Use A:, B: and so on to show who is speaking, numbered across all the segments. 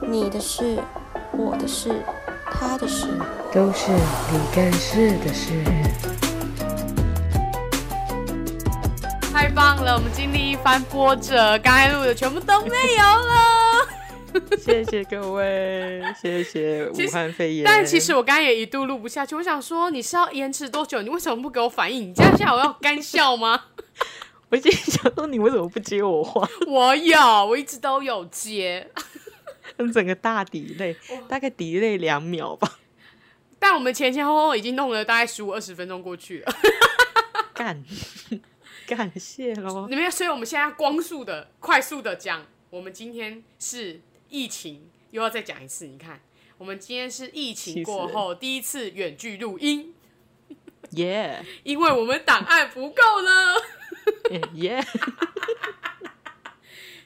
A: 你的事、我的事、他的事。
B: 都是你干事的事。
C: 太棒了，我们经历一番波折，刚才录的全部都没有了。
B: 谢谢各位，谢谢
C: 其
B: 武
C: 实
B: 汉肺炎。
C: 但其实我刚才也一度录不下去，我想说你是要延迟多久？你为什么不给我反应？你这样下我要干笑吗？
B: 我心里想说，你为什么不接我话？
C: 我有，我一直都有接，
B: 整个大底类，大概底类两秒 吧。
C: 但我们前前后后已经弄了大概十五二十分钟过去了。
B: 干， 感谢喽。
C: 你们，所以我们现在光速的、快速的讲，我们今天是疫情，又要再讲一次。你看，我们今天是疫
B: 气
C: 情
B: 死
C: 过
B: 人
C: 后第一次远距录音，
B: 耶
C: 因为我们档案不够了。
B: 耶！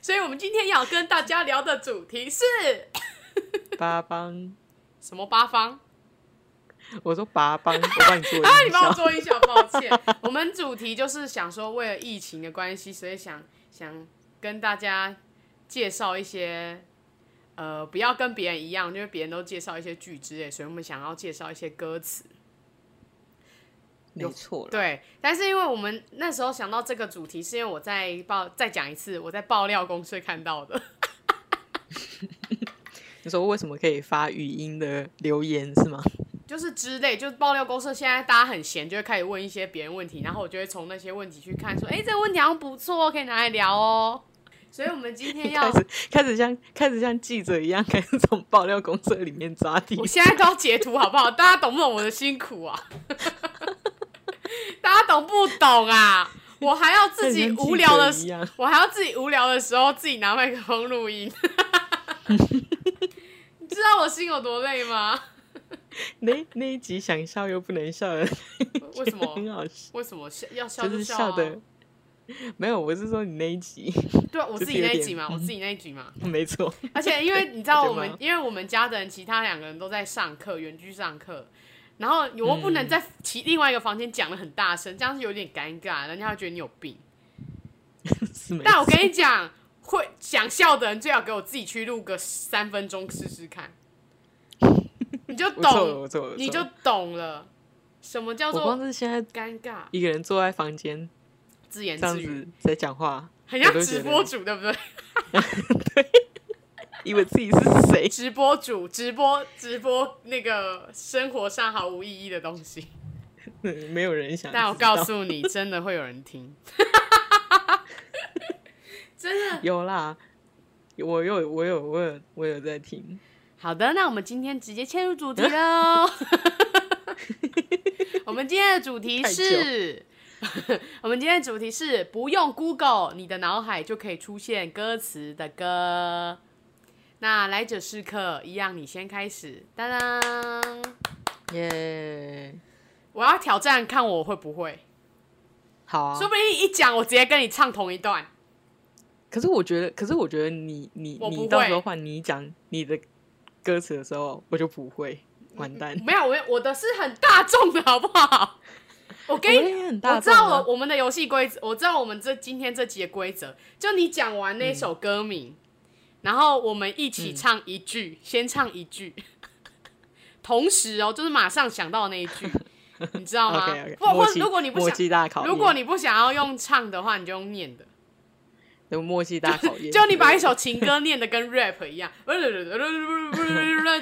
C: 所以我们今天要跟大家聊的主题是
B: 八帮，
C: 什么八方？
B: 我说八帮，我帮你做
C: 啊，你
B: 音
C: 帮
B: 效。
C: 我做一下，抱歉。我们主题就是想说，为了疫情的关系，所以想想跟大家介绍一些，呃，不要跟别人一样，因为别人都介绍一些剧之类，所以我们想要介绍一些歌词。
B: 没错了，
C: 对，但是因为我们那时候想到这个主题，是因为我在爆再讲一次，我在爆料公社看到的。
B: 你说为什么可以发语音的留言是吗？
C: 就是之类，就是爆料公社。现在大家很闲，就会开始问一些别人问题，然后我就会从那些问题去看，说，哎、这个问题好像不错哦，可以拿来聊哦。所以我们今天 要
B: 开，始开始像开始像记者一样，开始从爆料公社里面抓题
C: 我。现在都要截图好不好？大家懂不懂我的辛苦啊？大家懂不懂啊？我还要自己
B: 跟记者
C: 无聊的
B: 一样，
C: 我还要自己无聊的时候自己拿麦克风录 音。你知道我心有多累吗？
B: 那那一集想笑又不能笑的，
C: 为什
B: 很
C: 么？
B: 好笑，
C: 为什么笑要笑
B: 啊就是
C: 笑、啊、
B: 笑的。 没有，我是说你那一集，
C: 对啊，我
B: 就
C: 自
B: 是
C: 己
B: 有
C: 那一
B: 点
C: 集嘛，我自己那一集嘛。
B: 没错，
C: 而且因为你知道
B: 我觉得
C: 我
B: 蛮
C: 们
B: 好，
C: 因为我们家的人其他两个人都在上课，远距上课，然后我又不
B: 嗯
C: 能在其另外一个房间讲的很大声，这样是有点尴尬，人家会觉得你有病。
B: 是没错。
C: 但我跟你讲，会想笑的人最好给我自己去录个三分钟试 试看，你就
B: 我错了，
C: 懂，
B: 我错了，我
C: 你
B: 错
C: 就
B: 了
C: 懂了什么叫
B: 我光
C: 做
B: 是现在
C: 尴尬，
B: 一个人坐在房间
C: 自言
B: 这样
C: 自语，
B: 子在讲话，
C: 很
B: 我
C: 像
B: 都觉
C: 直
B: 得
C: 播主，对不对？
B: 以为自己是谁？
C: 直播主直播直播那个生活上毫无意义的东西。
B: 嗯没有人想。
C: 但我告，诉你，真的会有人听，真的。
B: 有啦，我有，我有，我有，我有在听。
C: 好的，那我们今天直接切入主题喽。 我们今天的主题是， 我们今天的主题是不用 Google，你的脑海就可以出现歌词的歌。那来者是客，一样，你先开始。当当，
B: 耶，
C: 我要挑战看我会不会，
B: 好啊
C: 说。不定一讲我直接跟你唱同一段。
B: 可是我觉得，可是我觉得你你
C: 我不
B: 你到时候
C: 会
B: 换你讲你的歌词的时候，我就不会，完蛋。
C: 没嗯有，我我的是很大众的好不好？我跟
B: 我
C: 你
B: 的也很
C: 我
B: 大
C: 知
B: 众
C: 道
B: 啊
C: 我我们的游戏规则，我知道我们这今天这集的规则，就你讲完那首歌
B: 嗯
C: 名，然后我们一起唱一句，先唱一句， 同时哦，就是马上想到那一 句，你知道吗
B: OK OK，
C: 或或如果你不
B: 默
C: 想，
B: 契大考验，
C: 如果你不想要用唱的话，你就用念的，
B: 有默契大考验，
C: 就你把一首情歌念的跟 rap 一样，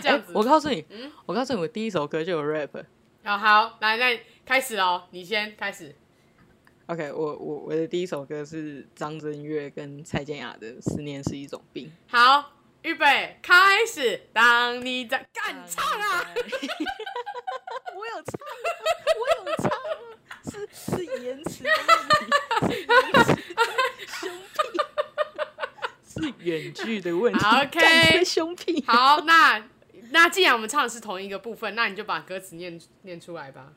C: 这样
B: 哎
C: 子嗯
B: 我。告诉你，我告诉你，我第一首歌就有 rap。
C: 好好，来来开始哦，你先开始。
B: OK，我我我的第一首歌是张震岳跟蔡健雅的《思念是一种病》。
C: 好，预备，开始。当你在干唱啊，
B: 我有唱啊，我有唱啊，是是延迟的问题，是延迟的胸屁，是远距的问题。
C: 好，OK
B: 干是胸屁。
C: 好，那那既然我们唱的是同一个部分，那你就把歌词念念出来吧，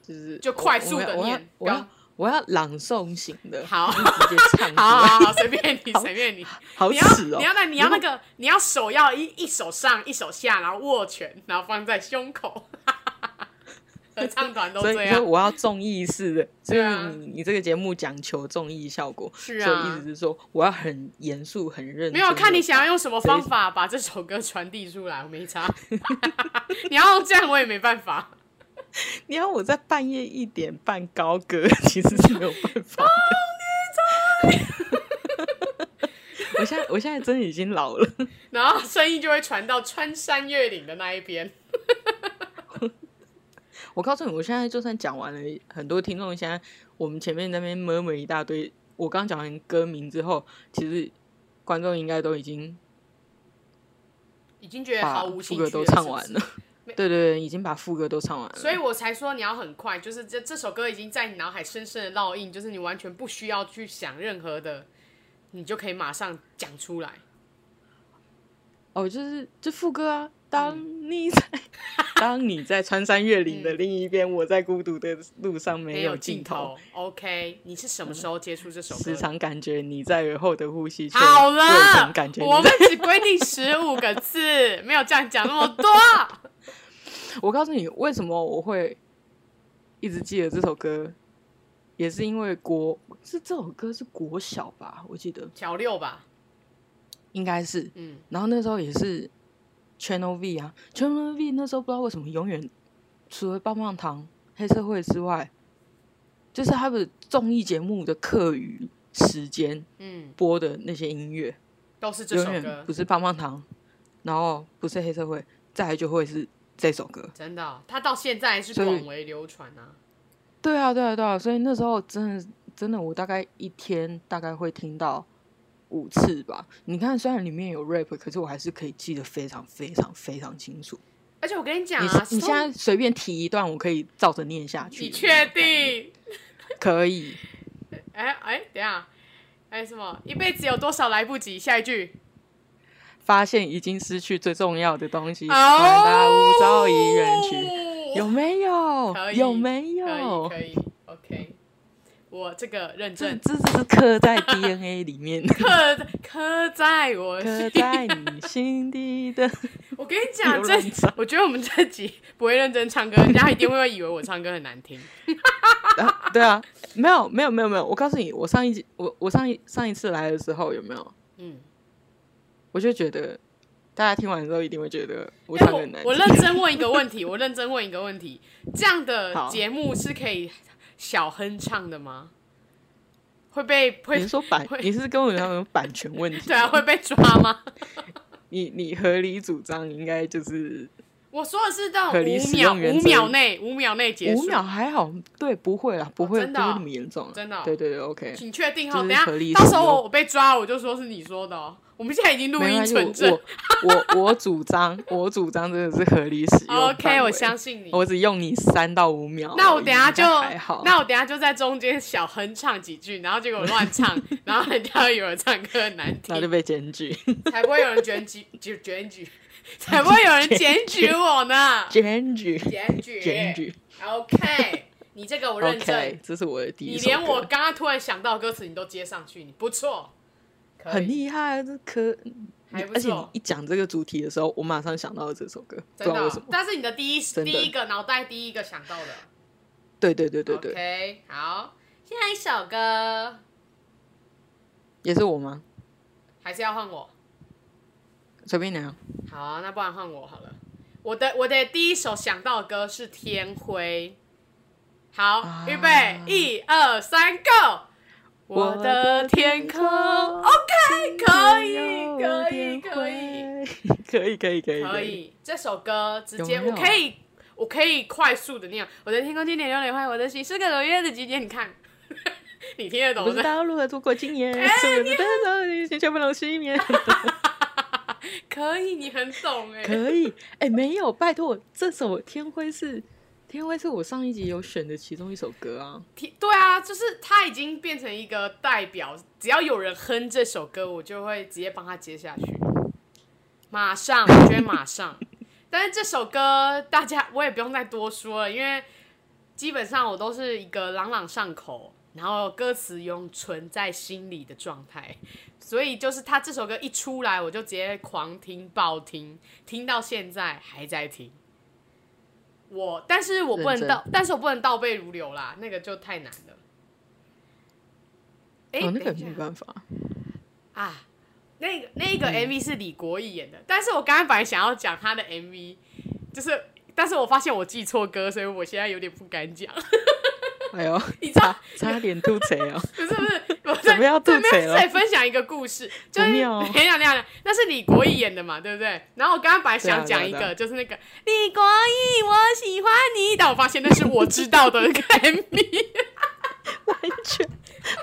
B: 就是
C: 就
B: 我
C: 快速
B: 我要
C: 地
B: 我要
C: 念
B: 我
C: 不要
B: 要我要朗诵型的，
C: 好
B: 就直接唱出
C: 好好
B: 来，
C: 好，好随便你，随便你。
B: 好
C: 你要
B: 耻哦
C: 你！要那你要那个你要手要一一手上一手下，然后握拳，然后放在胸口。 合唱团都
B: 所以
C: 这
B: 所以
C: 样。
B: 我要综艺式的，所以
C: 对啊
B: 你你这个节目讲求综艺效果，
C: 是
B: 所以意
C: 啊
B: 思，是说我要很严肃、很认真。
C: 没有看你想要用什么方法把这首歌传递出来，我没差。 你要用这样我也没办法。
B: 你要我在半夜一点半高歌， 其实是没有办法 的。我现在我现在真的已经老了，
C: 然后声音就会传到穿山越岭的那一边。
B: 我告诉你，我现在就算讲完了，很多听众现在我们前面那边摸摸一大堆，我刚讲完歌名之后，其实观众应该都已经
C: 已经觉得
B: 把
C: 毫无
B: 副
C: 兴
B: 歌
C: 趣
B: 都
C: 了
B: 唱
C: 是不
B: 完
C: 是
B: 了。对 对对，已经把副歌都唱完了。
C: 所以我才说你要很快，就是这这首歌已经在你脑海深深的烙印，就是你完全不需要去想任何的，你就可以马上讲出来。
B: 哦，就是这副歌啊，
C: 嗯
B: 当你在、当你在穿山越岭的另一边，我在孤独的路上没
C: 没有
B: 尽
C: 尽。头。OK，你是什么时候接触这首歌
B: 时
C: 的？
B: 常感觉你在耳后的呼吸，却
C: 好
B: 未
C: 了
B: 曾感，觉
C: 我
B: 你
C: 们
B: 在。
C: 只规定十五个字，没有这样讲那么多。
B: 我告诉你，为什么我会一直记得这首歌，也是因为国是这首歌是国小吧，我记得
C: 调六吧，
B: 应该是。
C: 嗯，
B: 然后那时候也是 Channel V 啊，Channel V 那时候不知道为什么永远除了棒棒糖、黑社会之外，就是他们综艺节目的课余时间
C: 嗯，
B: 播的那些音乐，
C: 都是这
B: 永
C: 首
B: 远
C: 歌
B: 不，是棒棒糖，然后不是黑社会，再来就会是这首歌。
C: 真的哦、它到现在还是
B: 所以
C: 广为流传啊。
B: 对啊，对啊，对啊，所以那时候真的真的，我大概一天大概会听到五次吧。你看，虽然里面有 rap，可是我还是可以记得非常非常非常清楚。
C: 而且我跟你讲
B: 你
C: 啊，
B: 你现在
C: Stone-
B: 随便提一段，我可以照着念下去。
C: 你确？定？
B: 可以。
C: 哎哎，等一下，哎什么？一辈子有多少来不及？下一句，
B: 发现已经失去最重要的东西，
C: 哦
B: 传达无招以远去，有没有
C: 可？以
B: 有没
C: 可以
B: 有？
C: 可以，OK，我这个认
B: 这
C: 证
B: 这只是刻在 DNA 里面，
C: 刻刻在我
B: 刻
C: 心。
B: 在你心底的。
C: 我跟你讲，
B: 有
C: 这
B: 认证
C: 我觉得我们这集不会认真唱歌，人家一定会以为我唱歌很难听。
B: 啊对啊，没有没有没有没有，我告诉你，我上一集我我上一上一次来的时候有没有？
C: 嗯，
B: 我就觉得大家听完之后一定会觉得我
C: 哎
B: 唱的难
C: 我我
B: 听。
C: 认真问一个问题，我认真问一个问题，这样的
B: 好
C: 节目是可以小哼唱的吗？会被会
B: 你是说版
C: 会？
B: 你是跟我讲有版权问题？
C: 对啊会被抓吗？
B: 你你合理主张应该就是
C: 我说的是到
B: 合理
C: 五
B: 使
C: 秒，
B: 用原
C: 五
B: 则
C: 秒内，五秒内结束。
B: 五秒，还好，对，不会啦，不会，
C: 真的
B: 不会
C: 哦
B: 那么严重啊，
C: 真的哦
B: 对对对，OK，
C: 请确定哈，
B: 就
C: 等
B: 是
C: 一下
B: 合理
C: 到时候
B: 使用
C: 我我被抓，我就说是你说的哦。我们现在已经录
B: 没
C: 音
B: 关系，我
C: 存证
B: 我我我主张，我主张真的是合理使用
C: ，OK，
B: 范
C: 我
B: 围
C: 相信你。
B: 我只用你三到五秒而已，
C: 那我等一下
B: 应
C: 就
B: 该还好，，
C: 那我等一下就在中间小哼唱几句，然后结果乱 唱，然后人家会以为我唱歌很难
B: 那就
C: 听，
B: 被检举，
C: 才不会有人检举， 检 检举，才不会有人检举我呢。
B: 检举，
C: 啊检举，
B: 检举。
C: OK，你这个我认证
B: OK，。这是我的第一
C: 你
B: 首歌，
C: 连我刚刚突然想到的歌词你都接上去，你不错，可以
B: 很厉害，这可，
C: 还不
B: 而且你
C: 错
B: 一讲这个主题的时候，我马上想到了这首歌，不知
C: 真的
B: 道为
C: 哦、
B: 什么，
C: 但是你的第一
B: 真的
C: 第一个脑袋第一个想到的，
B: 对对对对对
C: o，k 好，下一首歌
B: 也是我吗？
C: 还是要换我。
B: 随便你啊，
C: 好啊、那不然换我好了。我的我的第一首想到的歌是《天灰》。好
B: 啊，
C: 预备，一二三，Go！我的天空，OK，可以，可以，可以。
B: 可以，可以，可以，
C: 可。以，这首歌直接
B: 有没有
C: 我可以，我可以快速的那样。我的天空今年有点坏，我的心是个纽约的季节，你看， 你听得
B: 不
C: 懂
B: 知
C: 的，
B: 道如何度过今夜，
C: 哎
B: 所有的灯都已经全部都熄 灭。
C: 可以，你很懂哎、
B: 可以，哎，没有，拜托，这首《天灰》是《天灰》是我上一集有选的其中一首歌啊。
C: 提对啊，就是它已经变成一个代表，只要有人哼这首歌，我就会直接帮他接下去，马上，我觉得马 上。但是这首歌大家我也不用再多说了，因为基本上我都是一个朗朗上口，然后歌词永存在心里的状态，所以就是他这首歌一出来，我就直接狂听爆听，听到现在还在听。我，但是我不
B: 认
C: 能
B: 真
C: 倒，但是我不能倒背如流啦，那个就太难了。哎、
B: 哦，那个
C: 等一下
B: 没办法。
C: 啊，那个那个
B: 嗯
C: MV 是李国毅演的，但是我刚刚本来想要讲他的 MV，就是，但是我发现我记错歌，所以我现在有点不敢讲。
B: 哎呦，
C: 你知道，
B: 差点吐 贼哦！
C: 不是不是，我
B: 怎么要
C: 对
B: 吐
C: 没
B: 贼
C: 有
B: 了
C: 再分享一个故事，就是
B: 不
C: 等一
B: 妙哦
C: 下等一下，那是李国毅演的嘛，对不对？然后我刚刚本来
B: 对
C: 想
B: 啊
C: 讲
B: 对啊
C: 一
B: 对
C: 个，
B: 啊
C: 就是那个李国毅，我喜欢你，但我发现那是我知道的那个 MV，
B: 完全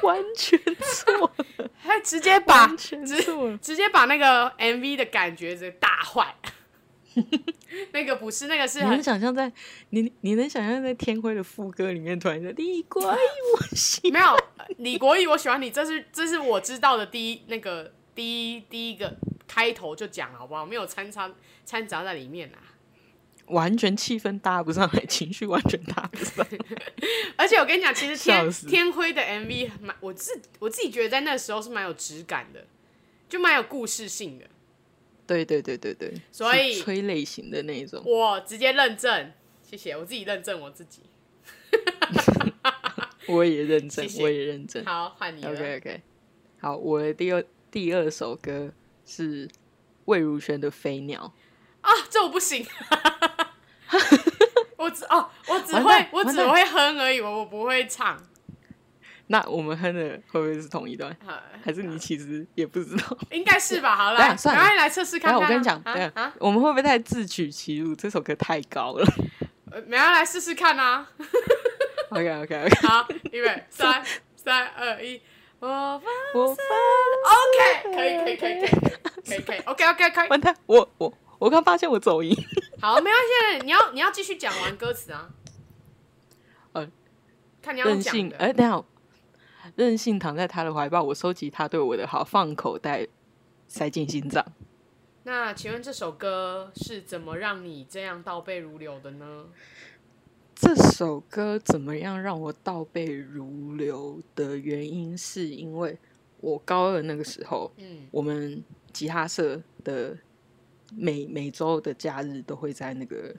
B: 完全错了，
C: 他直接把
B: 完全
C: 直
B: 错了。
C: 直接把那个 MV 的感觉直接打坏。 那个不是，那个是
B: 你
C: 很
B: 能想象在你你能想象在天辉的副歌里面突然说李国毅我喜
C: 没有呃李国毅，我喜欢你，这是这是我知道的第一那个第一第一个开头就讲了好不好？没有掺杂掺杂在里面啊啦。
B: 完全气氛搭不上来，情绪完全搭不上来。
C: 而且我跟你讲，其实天
B: 笑死
C: 天辉的 MV 蛮，我自我自己觉得在那时候是蛮有质感的，就蛮有故事性的。
B: 对对对对对，
C: 所以
B: 是催泪型的那一种。
C: 我直接认证，谢谢，我自己认证我自己。
B: 我也认真，
C: 谢谢
B: 我也认真。
C: 好，换你了。
B: OK OK，好，我的第二第二首歌是魏如萱的《飞鸟
C: 啊，这我不行。我只哦，我只
B: 完
C: 会
B: 蛋
C: 我
B: 完
C: 只
B: 蛋
C: 会哼而已，我我不会唱。》。
B: 那我们哼的会不会是同一段？
C: 好
B: 还是你其实也不知道？
C: 呃应该是吧？好
B: 等一
C: 啦，
B: 下算了
C: 赶快来测试看
B: 然后我
C: 看啊。
B: 跟你讲，等一
C: 啊
B: 下
C: 啊，
B: 我们会不会太自取其辱？这首歌太高了。
C: 呃没有来试试看啊！
B: OK OK OK，
C: 好，预备，三、三、二、一，我发
B: 我发
C: OK，可以，可以，可以，可以，可以，可以，OK，OK，可以。
B: 完蛋，我我我刚发现我走音。
C: 好，没关系，你要你要继续讲完歌词啊。
B: 呃，
C: 看你要
B: 任
C: 讲
B: 性，
C: 的。
B: 哎、等一下，任性躺在他的怀抱，我收集他对我的好，放口袋，塞进心脏。
C: 那请问这首歌是怎么让你这样倒背如流的呢？
B: 这首歌怎么样让我倒背如流的原因，是因为我高二那个时候，
C: 嗯
B: 我们吉他社的每每周的假日都会在那个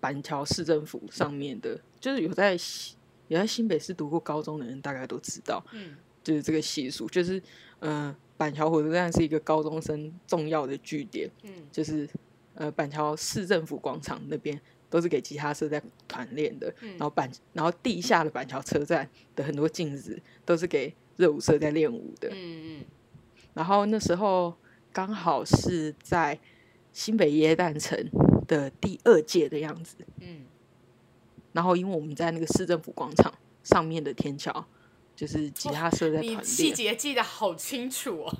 B: 板桥市政府上面的，就是有在西有在新北市读过高中的人大概都知道，
C: 嗯
B: 就是这个习俗，就是嗯、呃板桥火车站是一个高中生重要的据点，
C: 嗯
B: 就是呃板桥市政府广场那边都是给吉他社在团练的，
C: 嗯
B: 然后板然后地下的板桥车站的很多镜子都是给热舞社在练舞的，
C: 嗯嗯
B: 然后那时候刚好是在新北耶诞城的第二届的样子，
C: 嗯
B: 然后因为我们在那个市政府广场上面的天桥。就是吉他社在
C: 嗯，
B: 团练
C: 你，细节记得好清楚哦。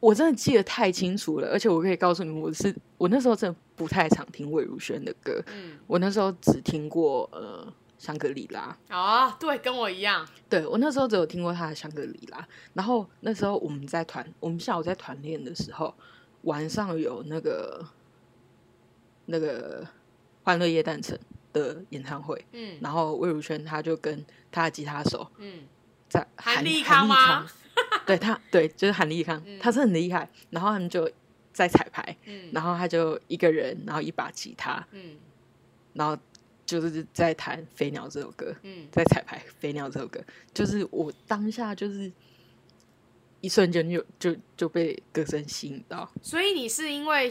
B: 我真的记得太清楚了，而且我可以告诉你，我是我那时候真的不太常听魏如萱的歌，
C: 嗯，
B: 我那时候只听过呃香格里拉，
C: 啊，对，跟我一样。
B: 对我那时候只有听过她的香格里拉。然后那时候我们在团，我们下午在团练的时候，晚上有那个那个欢乐夜诞城的演唱会，
C: 嗯
B: 然后魏如萱她就跟她的吉他手
C: 嗯
B: 在
C: 韩
B: 韩
C: 立
B: 立
C: 康吗
B: 康？ 对他，对，就是韩立康
C: 嗯，
B: 他是很厉害。然后他们就在彩排，
C: 嗯
B: 然后他就一个人，然后一把吉他，
C: 嗯
B: 然后就是在弹《飞鸟》这首歌，
C: 嗯
B: 在彩排《飞鸟》这首歌，就是我当下就是一瞬间就就就被歌声吸引到，
C: 所以你是因为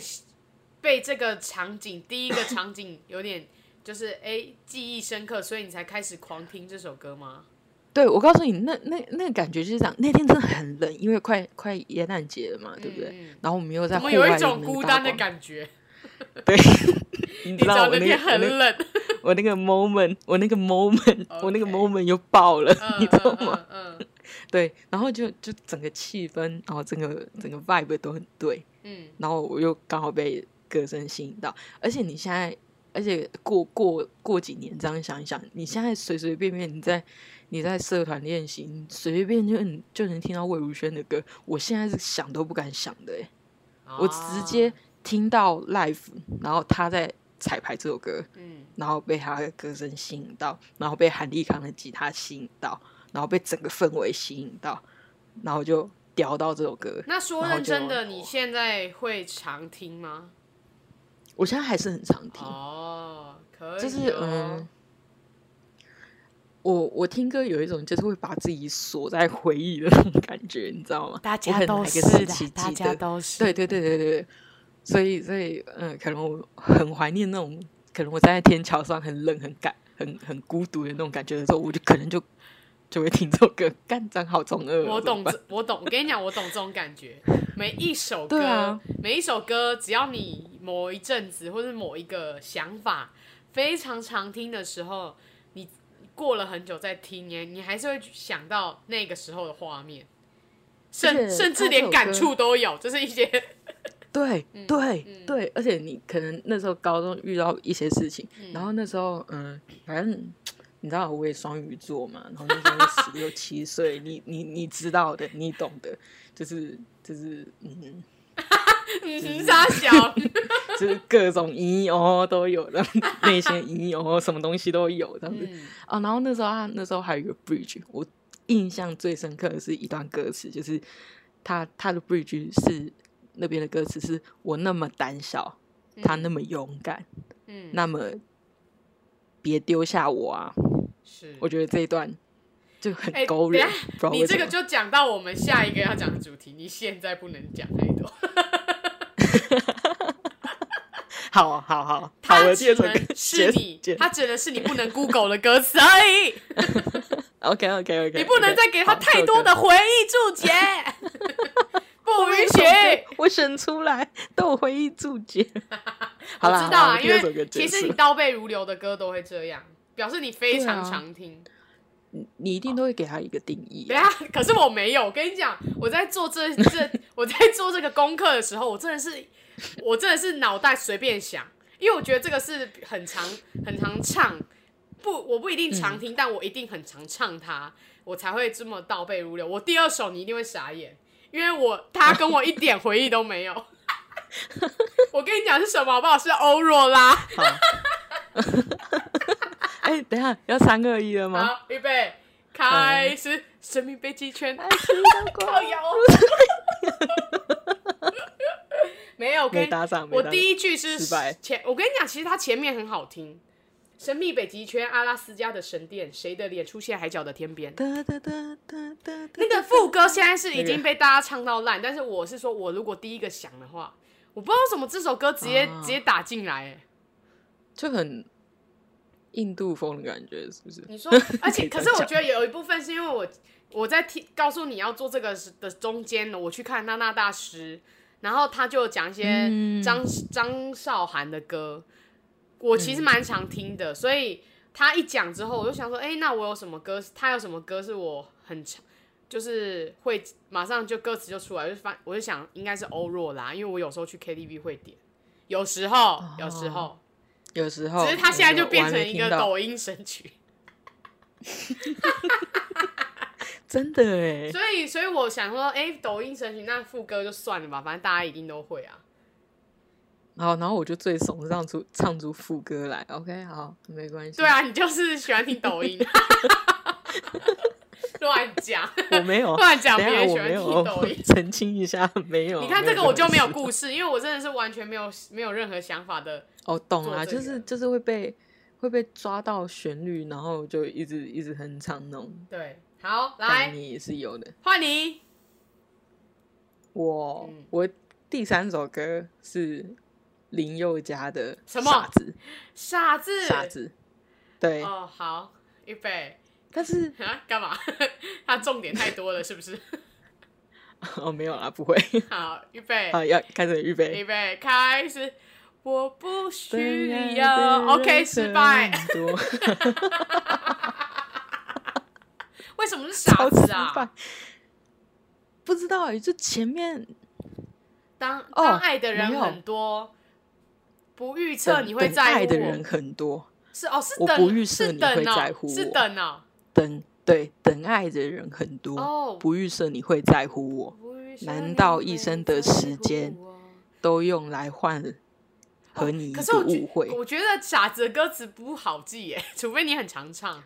C: 被这个场景，第一个场景有点就是哎、诶记忆深刻，所以你才开始狂听这首歌吗？
B: 对，我告诉你，那那那个感觉就是这样。那天真的很冷，因为快快耶诞节了嘛，对不对？
C: 嗯嗯
B: 然后我们又在
C: 怎
B: 户
C: 么
B: 外
C: 有一
B: 那
C: 种
B: 个
C: 孤
B: 大
C: 单的
B: 广，
C: 感觉？
B: 对，你
C: 你
B: 知
C: 知
B: 道
C: 道
B: 我
C: 那
B: 那个
C: 天
B: 我那
C: 很冷，
B: 我那个 moment，我那个 moment，、我那个
C: OK
B: moment 又爆了，
C: 嗯
B: 你知道吗？？
C: 嗯嗯
B: 对，然后就就整个气氛，然后整个整个 vibe 都很对，
C: 嗯
B: 然后我又刚好被歌声吸引到，而且你现在，而且过过过几年这样想一想，你现在随随便便你在你在社团练习，你随随便就能就能听到魏如萱的歌，我现在是想都不敢想的、欸，
C: 嗯
B: 我直接
C: 啊
B: 听到 live，然后他在彩排这首歌，
C: 嗯
B: 然后被他的歌声吸引到，然后被韩立康的吉他吸引到，然后被整个氛围吸引到，然后就屌到这首歌。
C: 那说
B: 然后
C: 认真
B: 就
C: 的，你现在会常听吗？
B: 我现在还是很常听，
C: 哦，可以、哦，
B: 就是嗯，我我听歌有一种就是会把自己锁在回忆的那种感觉，你知道吗？
C: 大
B: 我
C: 家
B: 很
C: 都
B: 哪
C: 是
B: 个时期
C: 的，大
B: 记
C: 家
B: 得
C: 都是，
B: 对对对对对对，所以所以嗯，可能我很怀念那种，可能我站在天桥上很冷、很感、很很孤独的那种感觉的时候，我就可能就就会听这首歌，干张好中二哦，
C: 我
B: 怎么
C: 懂
B: 办
C: 这，我懂。我跟你讲，我懂这种感觉。每一首歌，
B: 对啊
C: 每一首歌，只要你某一阵子或者某一个想法非常常听的时候，你过了很久再听，你你还是会想到那个时候的画面，
B: 而
C: 甚
B: 且
C: 甚
B: 它
C: 至
B: 这
C: 连
B: 首
C: 感
B: 歌
C: 触都有，就是一些
B: 对对
C: 嗯
B: 对，而且你可能那时候高中遇到一些事情，然后那时候嗯，反正你知道我也双鱼座嘛，然后那时候十六七岁，你你你知道的，你懂的，就是就是嗯，
C: 嗯傻小，
B: 就是各种咦哦都有的， 那些咦哦什么东西都有这样子
C: 嗯
B: 啊、然后那时候啊，那时候还有一个 bridge，我印象最深刻的是一段歌词，就是他他的 bridge 是那边的歌词是我那么胆小。他那么勇敢，
C: 嗯，
B: 那么别丢下我啊！
C: 是
B: 我觉得这一段就很
C: 哎
B: 勾
C: 等
B: 人，
C: 一下
B: 不知道
C: 你
B: 为
C: 这
B: 什
C: 个
B: 么。
C: 就讲到我们下一个要讲的主题，你现在不能讲太多。
B: 好好好，好
C: 它
B: 我第
C: 只
B: 二首歌
C: 能是你，
B: 结
C: 它只能是你不能 Google 的歌词而已，
B: OK OK OK，
C: 你不能再给他太多的回忆 注解，不允许。
B: 我选出来都有回忆注解。 好
C: 我
B: 啦
C: 知道
B: 好
C: 啊，
B: 啦
C: 因
B: 第二首歌
C: 为
B: 结
C: 其实
B: 束
C: 你倒背如流的歌都会这样，表示你非常
B: 对啊
C: 常听。
B: 你你一定都会给他一个定义
C: 等一
B: 啊。
C: 下，可是我没有。我跟你讲，我在做这这我在做这个功课的时候，我真的是我真的是脑袋随便想，因为我觉得这个是很常很常唱，不我不一定常听，但我一定很常唱它，我才会这么倒背如流。我第二首你一定会傻眼，因为我他跟我一点回忆都没有。 我跟你讲是什么好不好？是欧若拉。
B: 好， 哎，等一下要三二一了吗？
C: 好，预备，开始，生命被击圈。
B: 爱是一道
C: 靠
B: 光
C: 腰。 没有，我跟
B: 没搭上，没
C: 我
B: 搭
C: 第一句是
B: 失败
C: 前，我跟你讲，其实它前面很好听。神秘北极圈，阿拉斯加的神殿，谁的脸出现海角的天边？
B: 上哒哒哒哒哒哒
C: 那个副歌现在是已
B: 那个
C: 经被大家唱 到烂，
B: 啊
C: 但是我是说，我如果第一个想的话，我不知道为什么这首歌直接、
B: 啊
C: 直接打进来、哎，
B: 就很印度风的感觉，是不是？
C: 你说，而且可
B: 可以这样
C: 是我
B: 讲
C: 觉得有一部分是因为我我在听告诉你要做这个时的中间呢，我去看娜娜大师，然后他就有讲一些
B: 嗯
C: 张张、韶涵的歌，我其实
B: 嗯
C: 蛮常听的，所以他一讲之后，我就想说，哎、那我有什么歌？他有什么歌是我很常就是会马上就歌词就出来，就发我就想应该是欧若拉，因为我有时候去 KTV 会点，有时候有时候。
B: 有时候，
C: 只是他现在
B: 有时
C: 就
B: 候
C: 变
B: 哦我还
C: 成
B: 没
C: 一
B: 听
C: 个
B: 到，
C: 抖音神曲，
B: 真的哎，
C: 所以，所以我想说，哎、抖音神曲那副歌就算了吧，反正大家一定都会啊。
B: 然后然后我就最怂，唱出唱出副歌来，OK，好，没关系，
C: 对，啊，你就是喜欢听抖音， 乱讲。
B: 我没有，
C: 乱讲
B: 哦等一
C: 别
B: 下我
C: 人喜欢
B: 没
C: 听
B: 有
C: 抖音
B: 澄清一下，没有，
C: 你看
B: 没
C: 这个我就没有
B: 回事
C: 故事，因为我真的是完全没有没有任何想法的。
B: 哦，懂啊，
C: 做这
B: 就
C: 个
B: 是就是会被会被抓到旋律，然后就一直一直哼唱那种，
C: 对，好，
B: 但
C: 来
B: 你也是有的。
C: 换你。
B: 我
C: 嗯
B: 我第三首歌是林宥嘉的
C: 什么
B: 傻子
C: 傻子，
B: 傻子，对，
C: 哦，好，预备
B: 但是
C: 啊，干嘛？ 他重点太多了，是不是？
B: 哦，没有啦，不会
C: 好，预备，
B: 啊，要开始预
C: 预
B: 备。
C: 备，开始。我不需要。OK，失败。
B: 很多，
C: 为什么是 傻
B: 超失
C: 子啊
B: 败？。不知道哎，就前面
C: 当
B: 哦
C: 当爱的人
B: 没有
C: 很多，不预测
B: 等
C: 你会
B: 等
C: 在乎
B: 爱的
C: 我
B: 人很多，
C: 是哦，是
B: 我
C: 等
B: 不预设
C: 是
B: 你
C: 等
B: 会
C: 哦
B: 在乎
C: 是
B: 我
C: 等哦，
B: 等对等爱的人很多，
C: 哦
B: 不预设你会在乎我，
C: 不预设
B: 难
C: 你
B: 道
C: 会
B: 一生的
C: 在乎
B: 时间
C: 我
B: 都用来换和你一
C: 哦可是
B: 个
C: 我
B: 误
C: 觉
B: 会。
C: 我觉得傻子的歌词不好记耶，除非你很常唱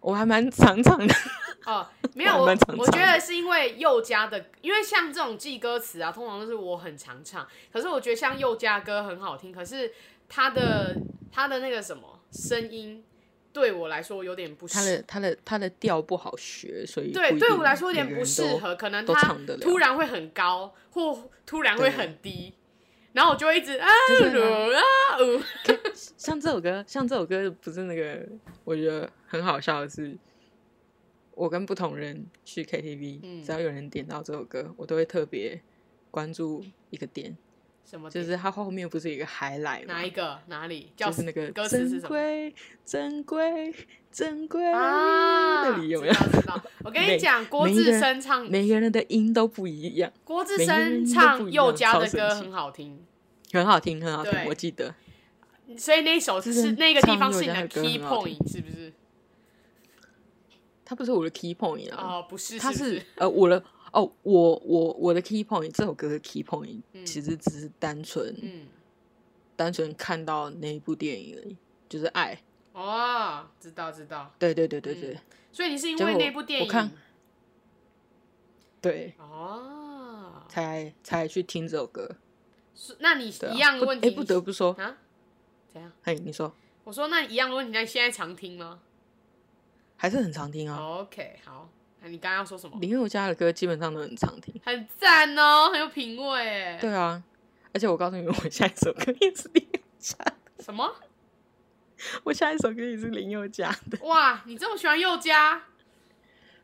B: 我还蛮常常的，
C: 哦。没
B: 我
C: 有，
B: 还
C: 我
B: 蛮常
C: 我觉
B: 唱
C: 得是因为佑嘉的，因为像这种记歌词啊，通常都是我很常唱。可是我觉得像佑嘉歌很好听，可是他的他的那个什么声音，对我来说有点不适
B: 他的他的他的调不好学，所以不
C: 对，
B: 一
C: 对
B: 定
C: 我来说有点
B: 每个
C: 不
B: 人
C: 适
B: 都
C: 合，可能
B: 都
C: 他
B: 唱得了
C: 突然会很高，或突然会
B: 对
C: 很低，然后我就会一直啊
B: 就是
C: 噜啊呜，
B: 像这首歌，像这首歌不是那个，我觉得很好笑的是，我跟不同人去 KTV，、
C: 嗯
B: 只要有人点到这首歌，我都会特别关注一个点，
C: 什么
B: 就
C: 点
B: 是它后面不是有一个 highlight
C: 哪
B: 吗
C: 一？个哪里叫
B: 就是那个
C: 歌词是
B: 珍
C: 什么？
B: 贵、珍贵、珍贵
C: 啊，
B: 那里有没
C: 知
B: 有？
C: 道知道，我跟你
B: 每
C: 讲，郭
B: 每一个
C: 志
B: 人
C: 深唱
B: 每个人的音都不一样，
C: 郭志
B: 每个人都
C: 深
B: 不
C: 唱
B: 一
C: 佑
B: 样
C: 嘉
B: 超
C: 的
B: 神奇
C: 歌很好听，
B: 很好听，很好听，
C: 对
B: 我记得。
C: 所以那一首
B: 就是是
C: 那个地
B: 唱
C: 方
B: 佑
C: 是你
B: 嘉
C: 的
B: 的歌
C: key
B: 很好听
C: point 是不是？
B: 它不是我的 key point 啊，
C: 哦，不是，
B: 它
C: 是不
B: 是呃我的哦，我我我的 key point 这首歌的 key point
C: 嗯
B: 其实只是单纯、
C: 嗯，
B: 单纯看到那一部电影而已，就是爱。
C: 哦，知道知道，
B: 对对对对对、
C: 嗯所以你是因
B: 结
C: 为
B: 果
C: 那部电
B: 我看
C: 影
B: 对，
C: 哦，
B: 才才去听这首歌。
C: 是那你
B: 对啊、
C: 一样的问题，
B: 哎、不得不说，
C: 啊，怎样？
B: 哎，你说
C: 我说那一样的问题，那你现在常听吗哦
B: 还是很常听啊。
C: ？OK，好，那你刚刚要说什么？
B: 林宥嘉的歌基本上都很常听。
C: 很赞哦，很有品味哎。
B: 对啊，而且我告诉你，我下一首歌也是林宥嘉，
C: 什么？
B: 我下一首歌也是林宥嘉的。
C: 哇，你这么喜欢佑嘉，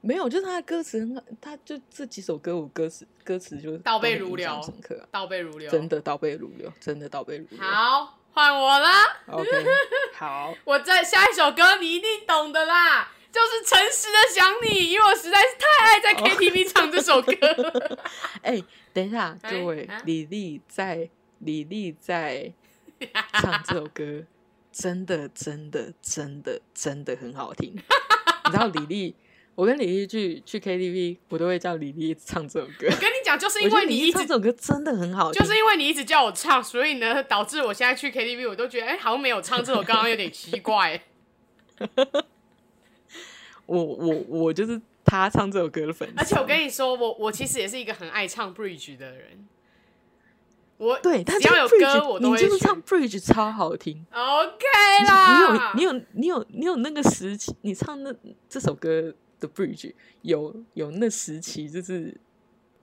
B: 没有，就是他的歌词很好，他就这几首歌，我歌词歌词就是
C: 倒背
B: 都很
C: 如
B: 印象
C: 流
B: 深刻啊。
C: 倒背如流，
B: 真的倒背如流，真的倒背如流。
C: 好，换我啦！
B: ，OK，好，
C: 我在下一首歌你一定懂的啦，就是诚实的想你，因为我实在是太爱
B: 哦
C: 在 KTV 唱这首歌 了。
B: 哎、等一下，
C: 哎
B: 各位
C: 啊，
B: 李丽在，李丽在唱这首歌，真的，真的，真的，真的很好 听。你知道李丽，我跟李丽去去 KTV，我都会叫李丽唱这首歌，
C: 我跟你讲，就是
B: 我
C: 因
B: 觉
C: 为
B: 得
C: 你
B: 李
C: 一
B: 丽唱
C: 直
B: 这首歌真的很好听，
C: 就是因为你一直叫我唱，所以呢，导致我现在去 KTV 我都觉得，哎、好像没有唱这首歌，好像有点奇怪。
B: 我我我就是她唱这首歌的粉丝，
C: 而且我跟你说，我我其实也是一个很爱唱 Bridge 的人。我
B: 对，她
C: 只要有
B: 唱 Bridge，
C: 歌，我都
B: 你
C: 会
B: 就是
C: 选
B: 唱 Bridge 超好听。
C: OK 啦。
B: 你有你有你有你有那个时期，你唱那这首歌的 bridge 有有那时期，就是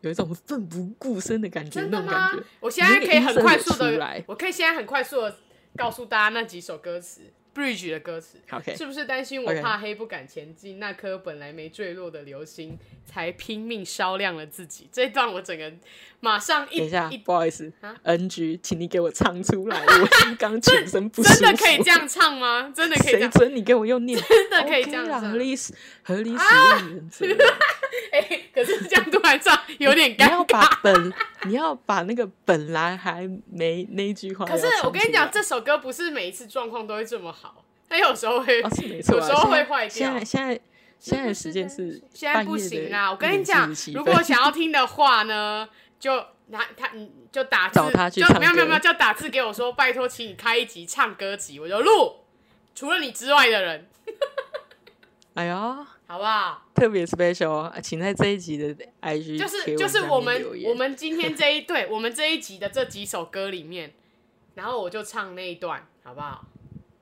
B: 有一种奋不顾身的感觉，
C: 真
B: 那
C: 的
B: 种感
C: 吗
B: 觉。？
C: 我现在可以很
B: 你那个
C: 快速
B: 音色有出
C: 的
B: 来，
C: 我可以现在很快速的告诉大家那几首歌词，Bridge 的歌词。
B: OK，
C: 是不是担心我
B: OK
C: 怕黑不敢前进那颗本来没坠落的流星，才拼命烧亮了自己？这一段我整个马上一
B: 等一下
C: 一，
B: 不好意思
C: 啊
B: ，NG，请你给我唱出来，我是刚全身不舒服。
C: 真的可以这样唱吗？真的可以这
B: 谁
C: 样？
B: 准你给我用念？ 哦
C: 真的可以这样啊
B: OK 啦
C: 唱
B: 合理使合理使用原则。
C: 哎、可是这样突然唱 有点
B: 你要
C: 尴尬。
B: 把本，你要把那个本来还没那一句话要
C: 可
B: 唱出
C: 是
B: 来。
C: 我跟你讲，这首歌不是每一次状况都会这么好，它有时候会
B: 啊，是没错啊，
C: 有时候会
B: 现在
C: 坏掉嗯
B: 现在现在现在的时间是
C: 现在不行啦，我跟你
B: 半
C: 讲
B: 夜的1:47，分
C: 如果想要听的话呢，就拿他你就打字，
B: 找他去
C: 就
B: 唱歌
C: 没有没有没有，就打字给我说，拜托，请你开一集唱歌集，我就录，除了你之外的人，
B: 哎呀
C: 好不好？
B: 特别 special 哦啊，请在这一集的 IG
C: 就是
B: 贴文
C: 就是
B: 下面
C: 我们
B: 留言
C: 我们今天这一对我们这一集的这几首歌里面，然后我就唱那一段，好不好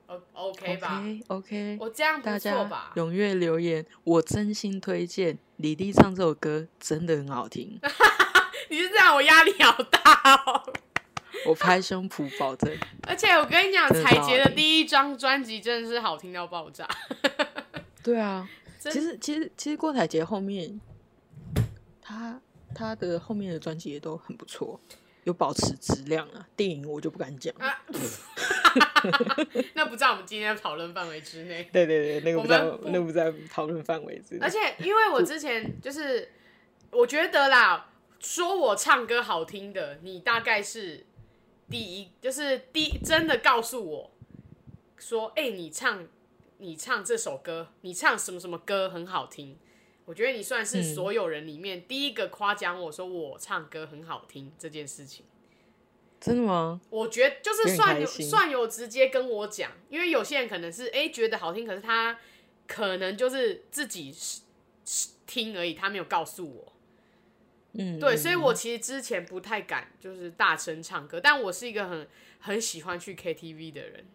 C: ？O OK 吧？
B: OK OK，
C: 我这样不
B: 大
C: 错
B: 家
C: 吧？
B: 踊跃留言，我真心推荐李丽唱这首歌，真的很好听，
C: 你是这样，我压力好大哦。
B: 我拍胸脯保证。
C: 而且我跟你讲，
B: 真的
C: 彩
B: 超好
C: 杰的
B: 听
C: 第一张专辑真的是好听到爆炸。
B: 对啊，
C: 真
B: 其实其实其实郭采洁后面，她她的后面的专辑也都很不错，有保持质量啊。电影我就不敢讲。
C: 啊，那不在我们今天的讨论范围之内。
B: 对对对，那
C: 个不在我们不那
B: 不在讨论范围之
C: 而且，因为我之前就是，我觉得啦，说我唱歌好听的，你大概是第一，就是第真的告诉我说，哎、你唱你唱这首歌，你唱什么什么歌很好听。我觉得你算是
B: 嗯
C: 所有人里面第一个夸奖我说我唱歌很好听这件事情。
B: 真的吗？
C: 我觉得就是
B: 有点
C: 算有
B: 开心
C: 算有直接跟我讲，因为有些人可能是哎、诶觉得好听，可是他可能就是自己是是听而已，他没有告诉我。
B: 嗯，
C: 对，
B: 嗯
C: 所以我其实之前不太敢就是大声唱歌，但我是一个很很喜欢去 KTV 的人，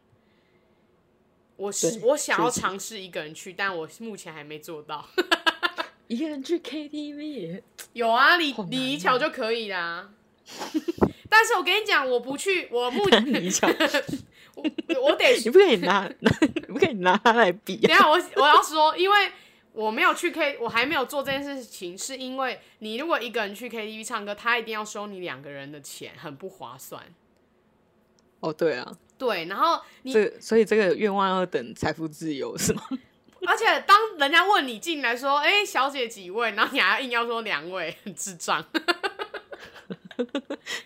C: 我
B: 对
C: 是我想要
B: 确实
C: 尝试一个人去，但我目前还没做到。
B: 一个人去 KTV 也
C: 有啊，李
B: 好难
C: 李
B: 啊
C: 一桥就可以啦。 但是我跟你讲，我不去，我目
B: 看 你 讲，
C: 我我得
B: 你不可以拿， 你不可以拿它来比
C: 等一
B: 啊。
C: 下我我 要说，因为我没有去 K，我还没有做这件事情，是因为你如果一个人去 KTV 唱歌，他一定要收你两个人的钱，很不划算。
B: 哦，对啊，
C: 对，然后你
B: 这个所以这个愿望要等财富自由是吗？
C: 而且当人家问你进来说，哎、小姐几位，然后你还要硬要说两位，很智障。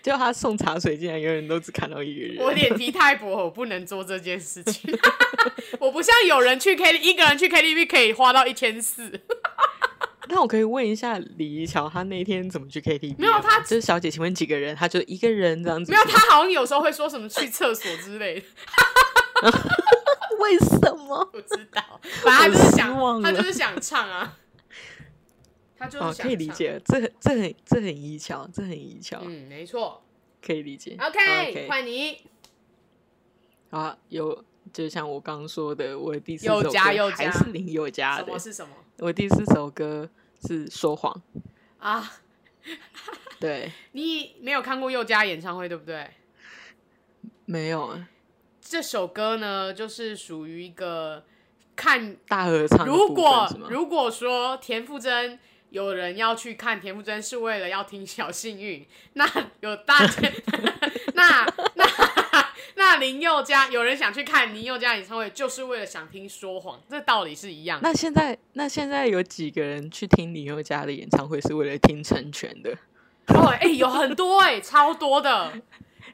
B: 就他送茶水进来，永远都只看到一个人。
C: 我脸皮太薄，我不能做这件事情。 我不像有人去 K，一个人去 KTV 可以花到一千四。
B: 那我可以问一下李怡乔，他那天怎么去 KTV？
C: 没有
B: 的吗
C: 他
B: 啊就是小姐，请问几个人？他就一个人这样子。
C: 没有，他好像有时候会说什么去厕所之类的，
B: 为什么？
C: 不知 道。反正他就是
B: 我失望了
C: 想，他就是想唱啊，他就是
B: 哦
C: 想，唱。
B: 可以理。解，这很这很这很怡乔，这很怡乔，
C: 嗯，没错。
B: 可以理解。
C: OK，换你。
B: 啊，有就像我刚说的，我的第四
C: 宥
B: 首歌
C: 嘉宥
B: 还
C: 嘉
B: 是林宥嘉
C: 什
B: 的
C: 么。是什么
B: 我第四首歌是《说谎》，
C: 啊？
B: 对，
C: 你没有看过宥嘉演唱会对不对？
B: 没有啊，
C: 这首歌呢，就是属于一个看
B: 大合唱的
C: 如
B: 部
C: 果
B: 分是吗
C: 如果说田馥甄有人要去看田馥甄是为了要听小幸运，那有 大那那那林宥嘉有人想去看林宥嘉演唱会，就是为了想听说谎，这道理是一样的。
B: 那现在那现在有几个人去听林宥嘉的演唱会是为了听成全的？
C: 哦，哎、有很多哎、超多的，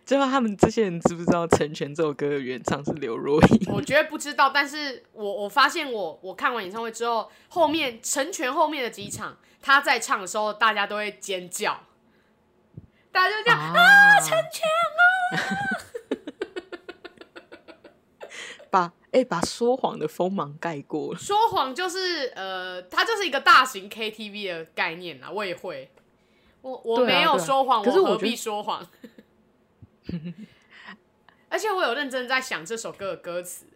B: 知道他们这些人知不知道成全这首歌的原唱是刘若英？
C: 我觉得不知道，但是我我发现我我看完演唱会之后，后面成全后面的几场他在唱的时候，大家都会尖叫，大家就这样
B: 啊，哦成全啊！ 把哎、把说谎的锋芒盖过了。
C: 说谎就是呃，它就是一个大型 KTV 的概念啦，我也会。我我
B: 对啊
C: 没有
B: 对啊
C: 说谎，
B: 可是我
C: 何
B: 觉得
C: 必说谎？ 而且我有认真在想这首歌的歌词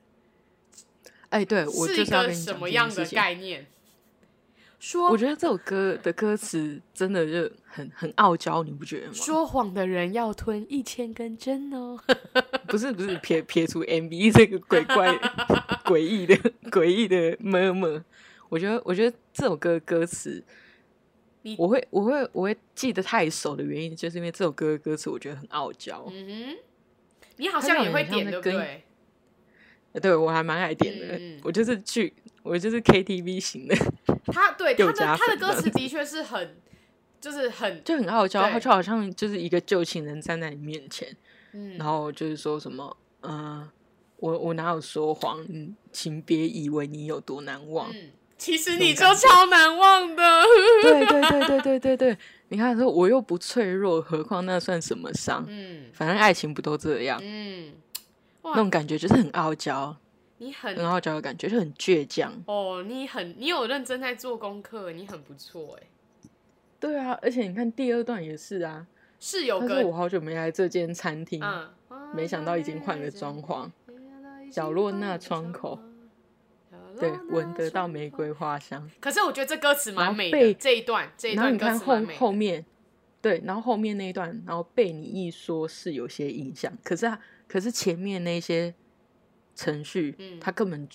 B: 哎、对我就是
C: 一
B: 是要跟
C: 个
B: 你讲
C: 什么
B: 这件
C: 样
B: 事
C: 的
B: 情
C: 概念。说
B: 我觉得这首歌的歌词真的就很很傲娇，你不觉得吗？
C: 说谎的人要吞一千根针哦。
B: 不是不是，撇撇除 MV 这个鬼怪 诡异的诡异的么么，我觉得我觉得这首歌的歌词
C: 你，
B: 我会我会我会记得太熟的原因，就是因为这首歌的歌词我觉得很傲娇。
C: 嗯哼，你好
B: 它
C: 像
B: 让
C: 也
B: 人
C: 会
B: 像
C: 点
B: 在
C: 对不
B: 跟
C: 对？
B: 对我还蛮爱点的，
C: 嗯嗯嗯
B: 我就是去我就是 KTV 型的，
C: 他对他
B: 又
C: 的
B: 加
C: 他
B: 分
C: 的歌
B: 这
C: 词
B: 样
C: 的确是很就是很
B: 就很傲娇，
C: 对
B: 他就好像就是一个旧情人站在你面前，
C: 嗯
B: 然后就是说什么，呃，我我哪有说谎？嗯，请别以为你有多难忘。
C: 嗯，其实你就超难忘的。
B: 对对对对对对对，你看说我又不脆弱，何况那算什么伤？
C: 嗯
B: 反正爱情不都这样？
C: 嗯，
B: 那种感觉就是很傲娇，
C: 你
B: 很
C: 很
B: 傲娇的感觉，就很倔强。
C: 哦，你很你有认真在做功课，你很不错哎。
B: 对啊，而且你看第二段也是啊，
C: 是有
B: 他说我
C: 个
B: 好久没来这间餐厅，
C: 嗯，
B: 没想到已经换了装潢。角落那窗口，
C: 嗯
B: 对，闻得到玫。瑰花香。
C: 可是我觉得这歌词蛮美
B: 然
C: 的，
B: 后被
C: 这一段这一
B: 然后
C: 段
B: 你
C: 歌
B: 看
C: 词
B: 后
C: 蛮美的。
B: 后面，对，然后后面那一段，然后被你一说是有些印象，可是他，可是前面那些程序，
C: 嗯
B: 他根本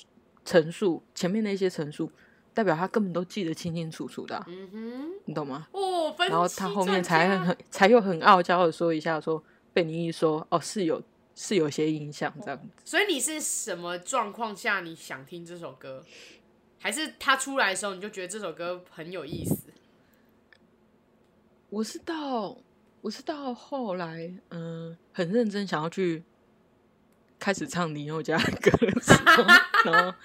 B: 陈述前面那些陈述，代表他根本都记得清清楚楚的啊、
C: 嗯哼，
B: 你懂吗？
C: 哦，分
B: 然后
C: 析啊
B: 他后面
C: 专
B: 才
C: 家
B: 很很才又很傲娇的说一下说被你一说哦是有是有些印象这样子，
C: 所以你是什么状况下你想听这首歌？还是他出来的时候你就觉得这首歌很有意思？
B: 我是到我是到后来嗯、很认真想要去。开始唱林宥嘉的歌的时候，然 后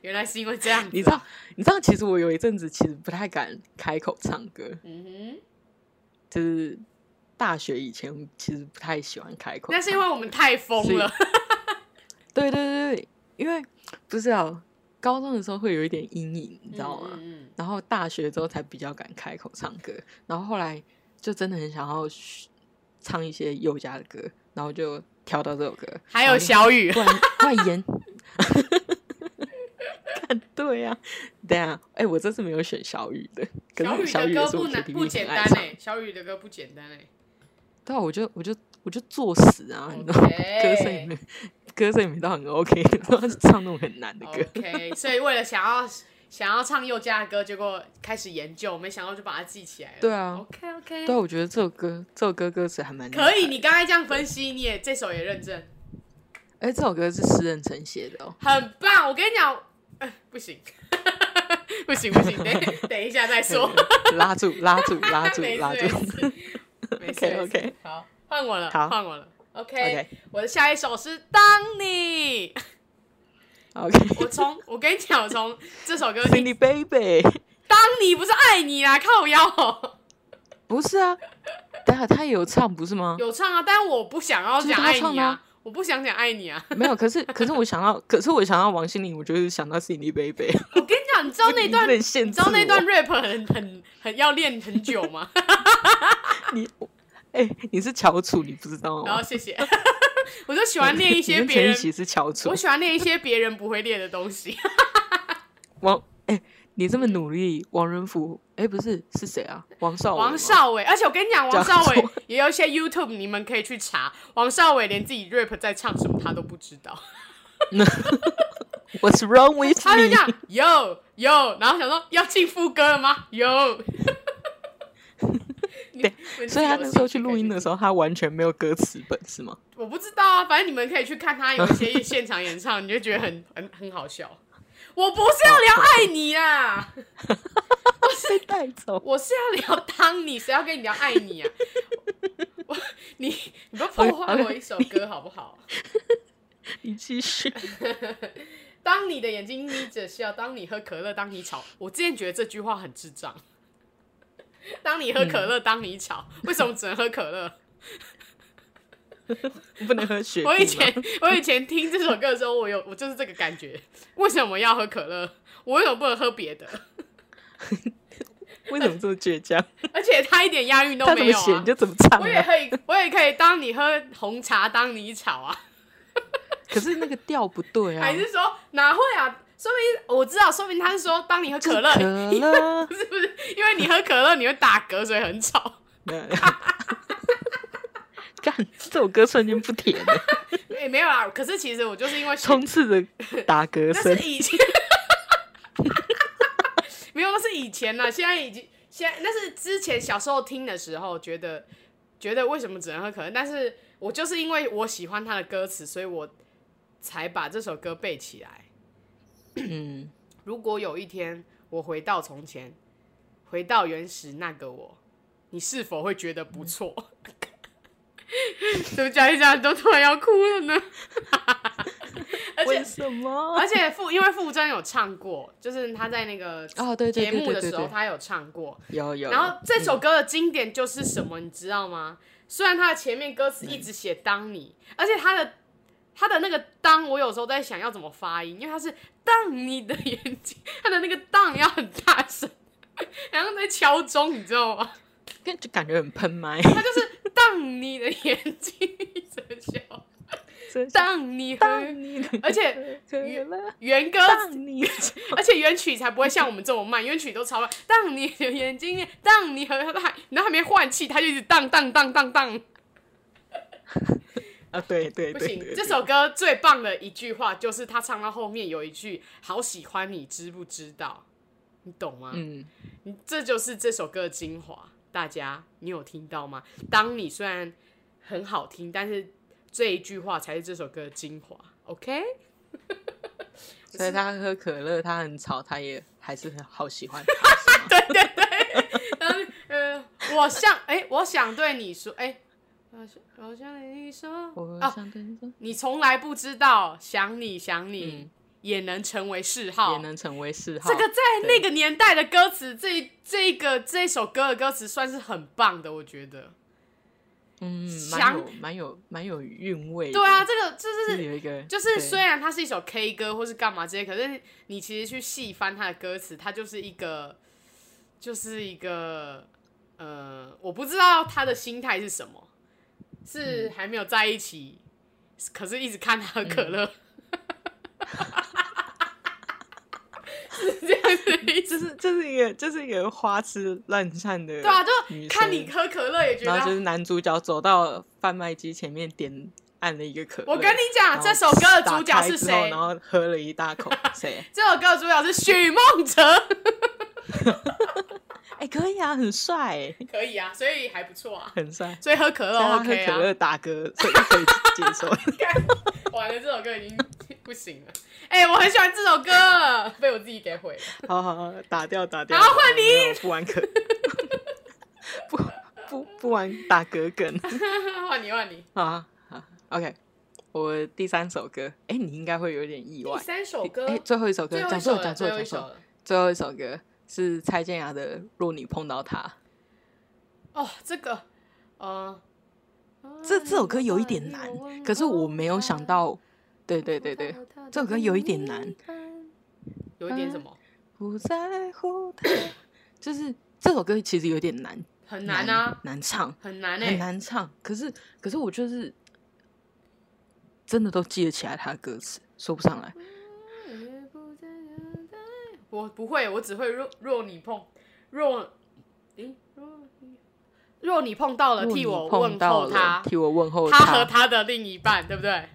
C: 原来是因为这样子啊，
B: 你知道，你知道，其实我有一阵子其实不太敢开口唱歌，
C: 嗯哼，
B: 就是大学以前其实不太喜欢开口唱。
C: 那是因为我们太疯了，
B: 对对对对，因为不是啊，高中的时候会有一点阴影，你知道吗？
C: 嗯嗯
B: 然后大学之后才比较敢开口唱歌，然后后来就真的很想要学唱一些宥嘉的歌，然后就挑到这首歌。
C: 还有小雨，
B: 不然不然 演，看对呀、啊，对啊，哎、我这次没有选小雨的，可
C: 小
B: 是雨
C: 雨的
B: 也
C: 歌
B: 是我
C: 不
B: K
C: 难
B: T
C: 不
B: V
C: 简
B: 很
C: 单
B: 爱唱
C: 哎、。小雨的歌不简单哎、
B: 对啊，我就我就我就作死啊，你知道吗？歌声也
C: OK
B: 没歌声也没到很 OK，然后 就唱那种很难的歌。
C: OK，所以为了想要想要唱佑嘉的歌，结果开始研究，没想到就把它记起来了。
B: 对啊
C: OK OK，
B: 对啊，我觉得这首歌这首歌歌词还蛮
C: 可以。你刚才这样分析，你也这首也认证，
B: 哎、这首歌是诗人陈写的哦。
C: 很棒。我跟你讲，呃不行， 不行不行，等等一下再说。
B: 拉住，拉住，拉住，
C: 没事
B: 拉
C: 没
B: 住。
C: 事，没事
B: OK，OK
C: 没事好，换我了，
B: 好
C: 换我了。
B: OK
C: 我的下一首是《当 你》，
B: OK，Cindy
C: 我从我跟你讲，我从这首歌听，
B: baby，
C: 当你不是爱你啦，靠腰。
B: 不是啊，等下他也有唱不是吗？
C: 有唱啊，但我不想要
B: 就是
C: 讲
B: 他
C: 爱
B: 唱
C: 你
B: 的
C: 啊
B: 啊，
C: 我不想讲爱你啊。
B: 没有，可是可是我想到，可是我想到王心凌，我就是想到 Cindy baby。
C: 我跟你讲，你知道那
B: 你
C: 段，
B: 不能
C: 你
B: 限
C: 知道
B: 制
C: 那
B: 我
C: 段 rap 很很很要练很久吗？
B: 你，我哎、你是翘楚，你不知道
C: 然后
B: 吗？
C: 谢 谢，我就哦喜欢练一
B: 你
C: 些
B: 跟
C: 别
B: 陈
C: 人
B: 奕，奇是翘楚
C: 我。喜欢练一些别人不会练的东西。
B: 王，哎、你这么努力，王仁甫，哎、不是是谁啊？王少伟吗。
C: 王少伟，而且我跟你讲，王
B: 讲
C: 少伟
B: 错
C: 也有一些 YouTube，你们可以去查。王少伟连自己 rap 在唱什么他都不知道，
B: ，What's wrong with
C: 他就这
B: me？
C: 样 Yo Yo，然后想说要进副歌了吗？Yo，你
B: 对
C: 你们
B: 所以他那
C: 自己有
B: 时候去
C: 兴趣可
B: 录
C: 以
B: 音的时候，他完全没有歌词本，是吗？
C: 我不知道啊，反正你们可以去看他有一些现场演唱， 你就觉得很很很好笑。我不是要聊爱你啊，
B: 被带走。
C: 我是要聊当你，谁要跟你聊爱你啊？我 你你不要破坏我一首歌好不好？
B: 你继续。
C: 当你的眼睛眯着笑，当你喝可乐，当你吵，我之前觉得这句话很 智障。当你喝可乐，当你吵，
B: 嗯
C: 为什么只能喝可 乐？
B: 不能喝雪碧吗。
C: 我以前 我以前听这首歌的时候，我有我就是这个感觉。为什么要喝可乐？我为什么不能喝别的？
B: 为什么这么倔强？
C: 而且它一点押韵都
B: 他怎
C: 没
B: 么
C: 有
B: 写
C: 啊
B: 你！就怎么唱
C: 我也
B: 啊。
C: 可以，我也可以当你喝红茶当你吵啊，
B: 可是那个调不对啊
C: 还。是说哪会啊？说明我知道，说明他是说当你喝可乐，
B: 可 乐，
C: 是不是？因为你喝可乐你会打嗝，所以很吵。
B: 没有没有干，这首歌瞬间不甜了，
C: 也、哎没有啦，可是其实我就是因为
B: 充斥着打嗝
C: 那
B: 声
C: 是。以前， 没有，那是以前啦，现在已经现在那是之前小时候听的时候，觉得觉得为什么只能喝可乐？但是我就是因为我喜欢他的歌词，所以我才把这首歌背起来。
B: 嗯，
C: 如果有一天我回到从前，回到原始那个我，你是否会觉得不错？ 怎么讲一讲都突然要哭了呢？而且
B: 为什么
C: 而？且傅因为傅征有唱过，就是他在那个
B: 哦对对
C: 节
B: 对
C: 目
B: 对
C: 的
B: 对
C: 时候
B: 对嗯
C: 他有唱过。
B: 有有。
C: 然后这首歌的经典就是什么，你知道吗？虽然他的前面歌词一直写“当你”，而且他的他的那个“当”，我有时候在想要怎么发音，因为他是“当你的眼睛”，他的那个“当”要很大声，然后在敲钟，你知道吗？
B: 跟就感觉很喷麦，
C: 他就是“当你的眼睛”，一直笑，
B: 真是
C: 当你和
B: 你的
C: 而且
B: 可乐，
C: 原歌
B: 当你的
C: 而且原曲才不会像我们这么慢，原曲都超慢。当你的眼睛，当你和他，然后还没换气，他就一直当当当当当。
B: 啊，对对
C: 不
B: 对
C: 行
B: 对，，
C: 这
B: 对
C: 首歌最棒的一句话就是他唱到后面有一句“好喜欢你，知不知道”，你懂吗？
B: 嗯，
C: 这就是这首歌的精华。大家，你有听到吗？当你虽然很好听，但是这一句话才是这首歌的精华。OK，
B: 所以他喝可乐，他很吵，他也还是很好喜 欢他。
C: 呃，我想，哎、我想对你说，哎、我想我想对你说，
B: 我
C: 啊，
B: 想对你说，
C: 你从来不知道，想你想你、
B: 嗯
C: 也能成为嗜好。
B: 也能成为嗜好。
C: 这个在那个年代的歌词，这这个这首歌的歌词算是很棒的，我觉得。
B: 嗯，蛮
C: 想
B: 有蛮有蛮有韵味的。
C: 对啊，这个这
B: 就是是有一个，
C: 就是
B: 对
C: 虽然它是一首 K 歌或是干嘛这些，可是你其实去细翻它的歌词，它就是一个，就是一个，呃，我不知道他的心态是什么，是还没有在一起，可是一直看他喝可乐，
B: 嗯
C: 是这样子的意思。
B: 这是这是一个这是一个花痴滥疴的，
C: 对啊，就
B: 女
C: 看
B: 生
C: 你喝可乐也觉
B: 然后就
C: 得。
B: 是男主角走到贩卖机前面点按了一个可乐，
C: 我跟你
B: 然
C: 讲，
B: 后
C: 这首歌的主角
B: 打开
C: 是
B: 之后
C: 谁
B: 然？后喝了一大 口，谁？
C: 这首歌的主角是许梦哲，
B: 哎、可以啊，很帅、欸，
C: 可以啊，所以还不错啊。
B: 很帅。
C: 所以喝可乐
B: 所以他
C: OK
B: 喝
C: 啊
B: 可。乐打嗝，所以可以接受。
C: 完了，这首歌已经不行了。哎、我很喜欢这首歌， 被我自己给毁了。
B: 好好好，打掉打掉。
C: 好换你
B: 没有，不玩可， 不不不玩打嗝梗。
C: 换你，换你。
B: 好啊好啊，OK，我第三首歌，哎、你应该会有点意
C: 第
B: 外。
C: 三首歌，
B: 哎、最后一首歌，
C: 最后
B: 讲
C: 一首
B: 错了
C: 了，
B: 讲错
C: 最
B: 了
C: 后一
B: 讲
C: 首
B: 错了。
C: 了。
B: 最后一首歌是蔡健雅的《若你碰到他》，
C: 哦，这个，呃，
B: 这这首歌有一点难，可是我没有想到，对对对对，这首歌有一点难，
C: 有一点什么，
B: 嗯不在乎 他，就是这首歌其实有点难，
C: 很难啊，
B: 难唱，
C: 很难
B: 很
C: 哎、
B: 难唱。可是可是我就是真的都记得起来他的歌词，说不上来。
C: 我不会，我只会若若你碰若，诶若你若你碰到了，
B: 若
C: 呃替
B: 你
C: 我
B: 碰
C: 问
B: 到
C: 候
B: 了
C: 他，
B: 替我问候
C: 他和他的另一半，对不对？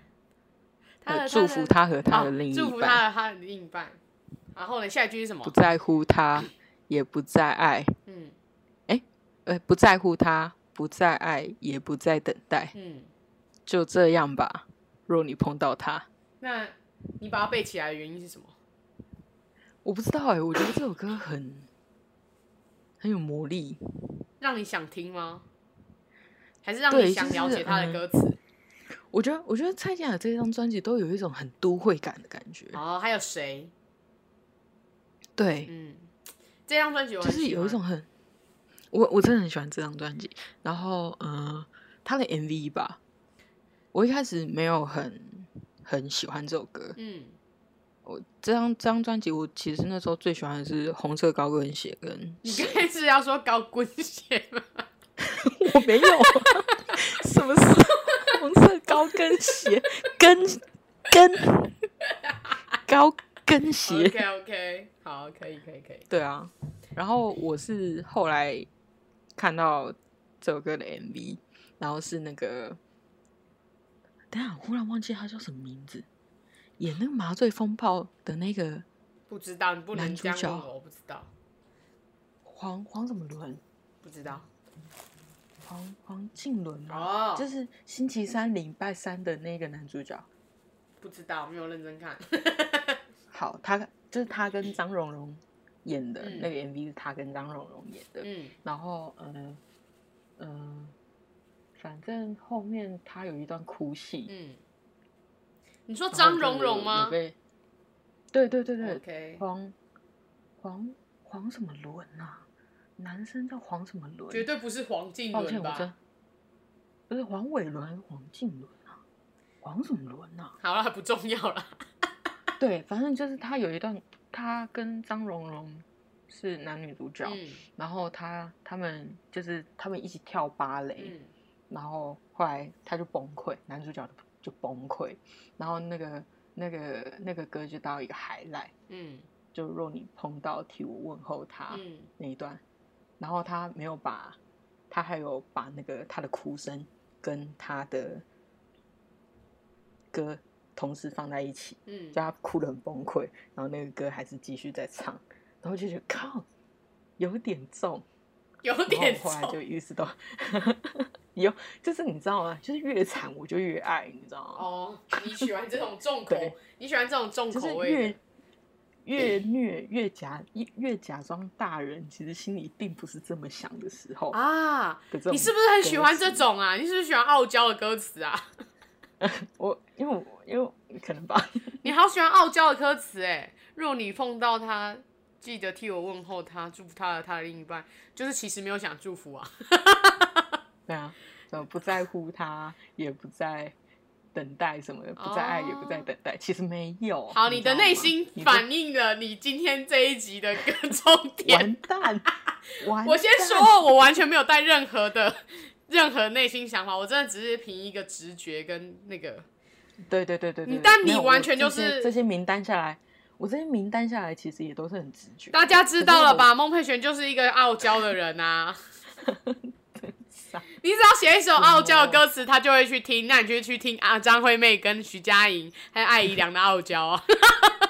C: 他
B: 呃
C: 和
B: 祝福他和他的另
C: 祝
B: 一
C: 福
B: 半，
C: 他和他的另一半。然后呢，下一句是什么
B: 不？在乎他，也不再爱，
C: 嗯
B: 呃，不在乎他，不再爱，也不再等待。
C: 嗯，
B: 就这样吧。若你碰到他，
C: 那你把它背起来的原因是什么？
B: 我不知道哎、我觉得这首歌很很有魔力。
C: 让你想听吗？还是让
B: 对
C: 你想
B: 就是
C: 了解他的
B: 嗯
C: 歌词？
B: 我觉得，我觉得蔡健雅这张专辑都有一种很都会感的感觉。
C: 哦，还有谁？
B: 对，
C: 嗯，这张专辑我
B: 就
C: 很
B: 是
C: 喜
B: 有一
C: 欢
B: 种很，我我真的很喜欢这张专辑。然后，呃，他的 MV 吧，我一开始没有很很喜欢这首歌。
C: 嗯
B: 我这张这张专辑，我其实那时候最喜欢的是红色高跟鞋跟，
C: 你刚才是要说高跟鞋吗？
B: 我没有啊， 什么是红色高跟鞋？跟 跟高跟鞋
C: OK OK，好， 可以可以可以。
B: 对啊。然后我是后来看到这首歌的 MV，然后是那个，等一下我忽然忘记他叫什么名字，演那个麻醉风暴的那个
C: 不知道你不能
B: 男主
C: 这样问
B: 角
C: 我，我不知道，
B: 黄黄什么伦，
C: 不知道。
B: 黄黄靖伦啊，
C: 哦，
B: 就是星期三礼拜三的那个男主角。
C: 不知道，没有认真 看。
B: 好，他就是他跟张荣荣演的、
C: 嗯
B: 那个 MV 是他跟张荣荣演的，
C: 嗯
B: 然后呃呃，反正后面他有一段哭戏，
C: 嗯，你说
B: 然后
C: 张
B: 就
C: 荣
B: 有
C: 荣
B: 有
C: 吗
B: 被对对对对
C: ？OK，
B: 黄黄黄什么伦啊？男生叫黄什么伦？
C: 绝对不是黄靖
B: 抱歉，
C: 伦
B: 我真
C: 吧？
B: 不是黄伟伦还是黄靖伦啊？黄什么伦啊？
C: 好了，不重要了。
B: 对，反正就是他有一段，他跟张荣荣是男女主角，
C: 嗯
B: 然后他他们就是他们一起跳芭蕾，
C: 嗯
B: 然后后来他就崩溃，男主角就崩溃，然后那个那个那个歌就到一个海赖，
C: 嗯
B: 就若你碰到替我问候他、
C: 嗯
B: 那一段，然后他没有把，他还有把那个他的哭声跟他的歌同时放在一起，
C: 嗯
B: 就，他哭得很崩溃，然后那个歌还是继续在唱，然后就觉得靠，有点重，
C: 有
B: 然
C: 点
B: 后后来就
C: 重。
B: 意识到， 有就是你知道吗？就是越惨我就越爱，你知道吗？
C: 哦，你喜欢这种重口
B: 对，
C: 你喜欢这种重
B: 就是
C: 口味
B: 越
C: 的。
B: 越虐越假越越假装大人，其实心里并不是这么想的时候
C: 啊？
B: 的这种
C: 你是不是很喜欢
B: 歌
C: 这
B: 词？
C: 种啊？你是不是喜欢傲娇的歌词啊？
B: 我因为我因为我可能吧，
C: 你好喜欢傲娇的歌词哎、若你碰到他，记得替我问候他，祝福他的他的另一半，就是其实没有想祝福啊。
B: 对啊，怎么不在乎他，也不在等待什么的，不再爱也不再等待，其实没有。
C: 哦好，你
B: 知
C: 的
B: 道吗
C: 内心
B: 你的
C: 反映了你今天这一集的各重点。
B: 完蛋，完蛋啊
C: 我先说，我完全没有带任何的任何内心想法，我真的只是凭一个直觉跟那个，
B: 对对对对对，
C: 但你
B: 没有
C: 完
B: 我
C: 全就
B: 这些
C: 是
B: 这些名单下来，我这些名单下来其实也都是很直觉。
C: 大 家知道了吧？孟佩璇就是一个傲娇的人啊。 你只要写一首傲娇的歌词，他就会去听。那你就去听啊，张惠妹跟徐佳莹还有艾怡良的傲娇啊，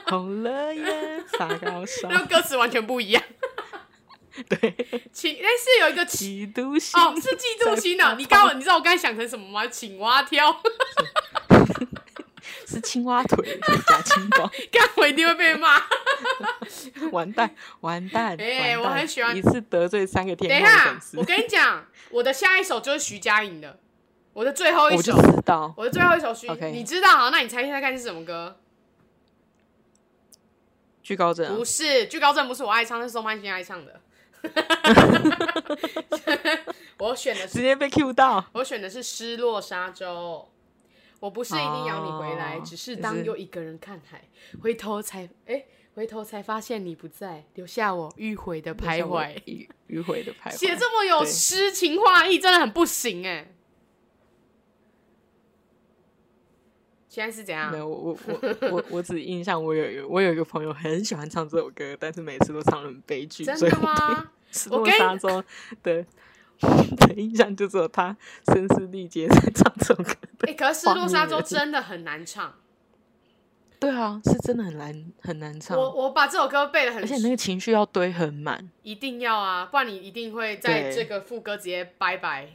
B: 红了眼，傻高烧，
C: 那歌词完全不一样。
B: 对，
C: 请哎、是有一个请
B: 嫉妒心
C: 哦，是嫉妒心的。你刚你知道我刚才想成什么吗？青蛙跳，
B: 是青蛙腿，假青蛙，
C: 干我一定会被骂。
B: 完 蛋，完蛋，
C: 哎
B: 完蛋
C: 我很喜欢
B: 一次得罪三个
C: 等
B: 天
C: 一
B: 后的
C: 下
B: 粉，丝，
C: 我跟你讲，我的下一首就是徐佳莹的，我的最后一
B: 我就
C: 首，
B: 知道，
C: 我的最后一首徐
B: OK
C: 你知道好，那你猜猜看是什么歌？
B: 惧高症啊
C: 不是，惧高症不是我爱唱，是宋曼欣爱 唱的。我选的
B: 直
C: 是
B: 接被 Q 到，
C: 我选的是《失落沙洲》，我不是一定要你回来，
B: 哦
C: 只是
B: 就是
C: 当又一个人看海，回头才哎、回头才发现你不在，留下我迂回的徘
B: 像我
C: 徊。
B: 迂迂回的徘徊，
C: 写这么有
B: 对
C: 诗情画意，真的很不行哎、现在是怎样
B: 没？有，我我我我我只印象我有一个我有一个朋友很喜欢唱这首歌，但是每次都唱得很悲剧，
C: 真
B: 所以
C: 的
B: 我对
C: 吗？
B: 斯
C: 我
B: 诺
C: 跟
B: 沙洲的的印象就只有他声嘶力竭在唱这首歌的。
C: 哎、可是《失落沙洲
B: 荒》野
C: 真的很难 唱。
B: 对啊，是真的很难很难唱，
C: 我我把这首歌背的
B: 而
C: 很
B: 且那个情绪要堆很满。
C: 一定要啊，不然你一定会在
B: 对
C: 这个副歌直接拜拜。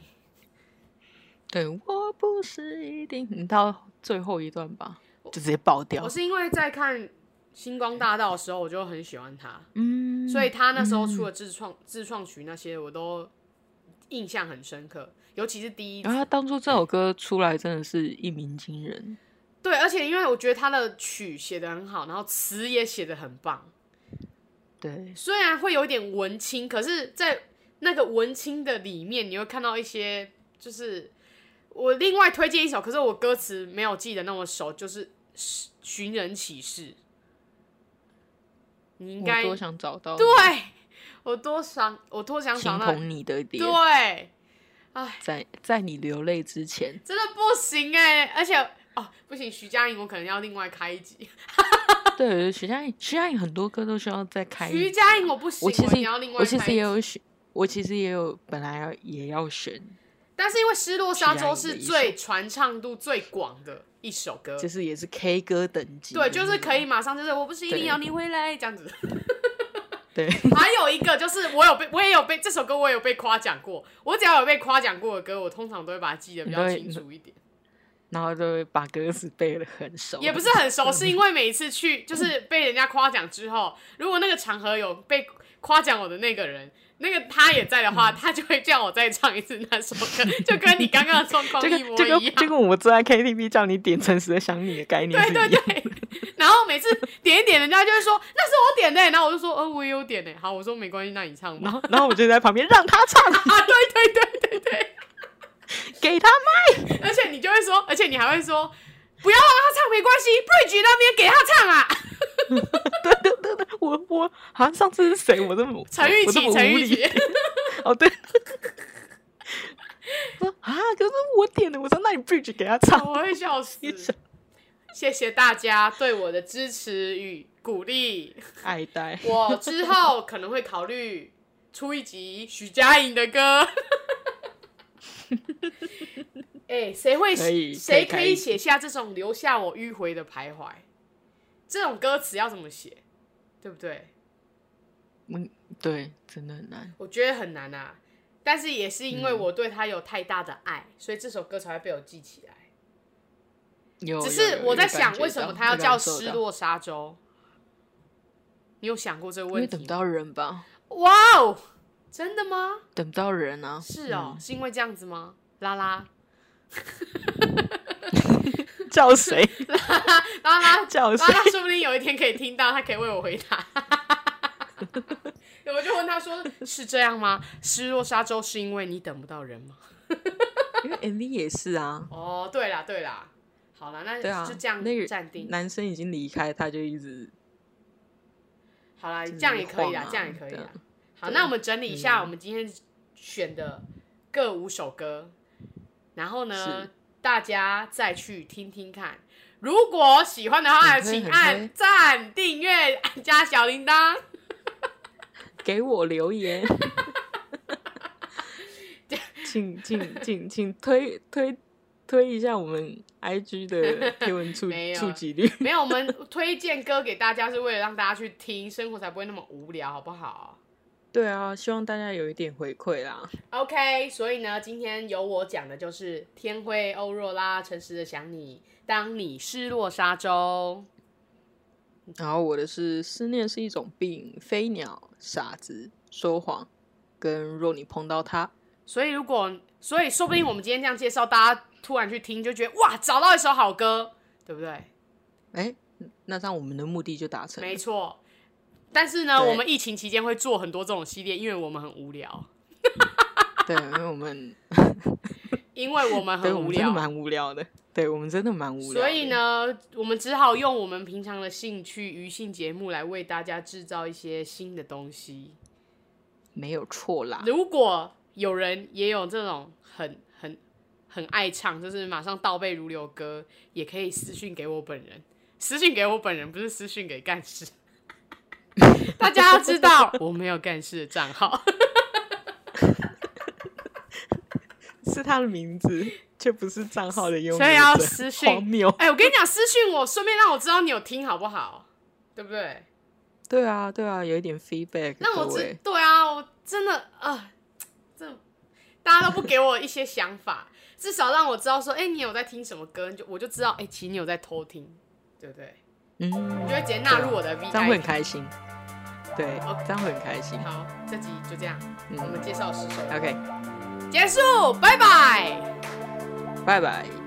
B: 对，我不是一定，你到最后一段吧，就直接爆掉
C: 我。是因为在看《星光大道》的时候，我就很喜欢他，
B: 嗯，
C: 所以他那时候出的自创、自创曲那些，我都印象很深刻，尤其是第一集
B: 然后他当初这首歌出来真的是一鸣惊人。
C: 对，而且因为我觉得他的曲写的很好，然后词也写的很棒，
B: 对，
C: 虽然会有一点文青，可是，在那个文青的里面，你会看到一些就是我另外推荐一首，可是我歌词没有记得那么熟，就是《寻寻人启事》，你应该
B: 我多想找到
C: 对我多想我多想
B: 形
C: 找那
B: 同你的脸，
C: 对，啊
B: 在在你流泪之前，
C: 真的不行哎、而且哦不行，徐佳莹我可能要另外开一集，
B: 对徐佳莹，徐佳莹很多歌都需要再开一
C: 徐佳莹我不行，
B: 我其实
C: 你要另
B: 我
C: 外开
B: 其
C: 一
B: 实也
C: 集。
B: 有选，我其实也有本来要也要选，
C: 但是因为《失落沙洲》
B: 徐佳莹
C: 是
B: 的一
C: 最传唱度最广的一首歌，
B: 就是也是 K 歌等级的
C: 对，
B: 那种，
C: 就是可以马上就是我不是一定
B: 对
C: 要你回来这样子。
B: 对
C: 还有一个就是我有被 我也有被这首歌我也有被夸奖过，我只要有被夸奖过的歌，我通常都会把它记得比较
B: 你都会
C: 清楚一 点，
B: 然后就会把歌词背得很熟，
C: 也不是很熟，是因为每一次去就是被人家夸奖之后，如果那个场合有被夸奖我的那个人。那个他也在的话，他就会叫我再唱一次那首歌，就跟你刚刚的状况
B: 这
C: 一
B: 个
C: 模
B: 这
C: 一
B: 个
C: 样。
B: 这个我坐在 KTV 叫你点《诚实的想你》的概念 是
C: 对
B: 一
C: 对
B: 样，
C: 对，然后每次点一点，人家就会说那是我点的，然后我就说，呃，我也有点呢。好，我说没关系，那你唱
B: 然
C: 吧。
B: 后然后我就在旁边让他唱，
C: 啊，对对对对对，
B: 给他麦，
C: 而且你就会说，而且你还会说，不要让他唱，没关系，Bridge 那边给他唱啊。
B: 对对对对，我我好像上次是谁，我这么
C: 陈玉
B: 我这
C: 琪，
B: 么
C: 陈
B: 无
C: 玉
B: 理
C: 琪，
B: 哦，对。 说啊，可是我点的，我说那你 bridge 给他唱，
C: 我会笑死。
B: 一首
C: 谢谢大家对我的支持与鼓励，
B: 爱戴，
C: 我之后可能会考虑出一集徐佳莹的歌。 哎、谁会
B: 可以可以
C: 谁可
B: 开
C: 以
B: 一集
C: 写下这种留下我迂回的徘徊？这种歌词要怎么写，对不对？
B: 嗯，对，真的很难。
C: 我觉得很难啊。但是也是因为我对他有太大的
B: 嗯
C: 爱，所以这首歌才会被我记起来。
B: 有，
C: 只
B: 有
C: 是
B: 有
C: 我
B: 有
C: 在
B: 感
C: 想，
B: 觉
C: 为什
B: 到
C: 么他要
B: 有
C: 叫
B: 感
C: 《
B: 受
C: 失
B: 到
C: 落沙洲》？你有想过这个
B: 因为
C: 问
B: 等
C: 题
B: 不
C: 吗？
B: 到人吧，
C: 哇哦，真的吗？
B: 等不到人啊。
C: 是哦，是因为这样子吗？拉拉
B: 嗯， 叫谁？
C: 拉拉
B: 叫
C: 拉
B: 谁？
C: 拉，说不定有一天可以听到，他可以为我回答。我就问他说：“是这样吗？失落沙洲是因为你等不到人吗
B: 因为 MV 也是啊？”。
C: 哦，对啦，对啦，好啦，那
B: 对啊，
C: 就这样
B: 那个
C: 暂定。
B: 男生已经离开，他就一直
C: 好啦，
B: 就是
C: 哎这样也可以啦
B: 晃，啊
C: 这样也可以啦
B: 对。嗯
C: 好，那我们整理一下我们今天选的各五首歌，然后呢
B: 是，
C: 大家再去听听看。如果喜欢的话，
B: 很会
C: 请
B: 很会
C: 按赞、订阅、按加小铃铛。
B: 给我留 言，请请请请推推推一下我们 IG 的贴文触
C: 没有
B: 触及率。
C: 没有，我们推荐歌给大家是为了让大家去听，生活才不会那么无聊，好不好？
B: 对啊，希望大家有一点回馈啦。
C: OK，所以呢，今天由我讲的就是天灰欧若拉，诚实的想你，当你失落沙洲。
B: 然后我的是思念是一种病，飞鸟、傻子、说谎，跟若你碰到他，
C: 所以如果，所以说不定我们今天这样介绍，大家突然去听就觉得哇，找到一首好歌，对 不对？
B: 哎，那这样我们的目的就达成了。
C: 没错。但是呢，
B: 对
C: 我们疫情期间会做很多这种系列，因为我们很无聊，
B: 对，因为我 们
C: 因为我们
B: 对
C: 很
B: 我
C: 无
B: 们真的
C: 聊，
B: 蛮无聊的，对我们真的蛮无聊。
C: 所以，呢，我们只好用我们平常的兴趣、余兴节目来为大家制造一些新的东西。
B: 没有错啦。
C: 如果有人也有这种很很很爱唱，就是马上倒背如流歌，也可以私信给我本人，私信给我本人，不是私信给干 事。大家要知道，我没有干事的账号，
B: 是他的名字，却不是账号的用
C: 所以要私讯
B: 荒谬。
C: 哎、我跟你讲，私信我，顺便让我知道你有听好不好，对不对？
B: 对啊，对啊，有一点 feedback。
C: 那我
B: 各
C: 只
B: 位
C: 对啊，我真的啊、呃，这大家都不给我一些想法，至少让我知道说，哎、你有在听什么歌，你就我就知道，哎、其实你有在偷听，对不对？
B: 嗯，
C: 你就会直接纳入我的 V
B: 啊这样会很
C: I。
B: 开心。对
C: OK，
B: 这样会很开心。
C: 好，这集就这样，
B: 嗯
C: 我们介绍十首，
B: ，OK，
C: 结束，拜拜。
B: 拜拜。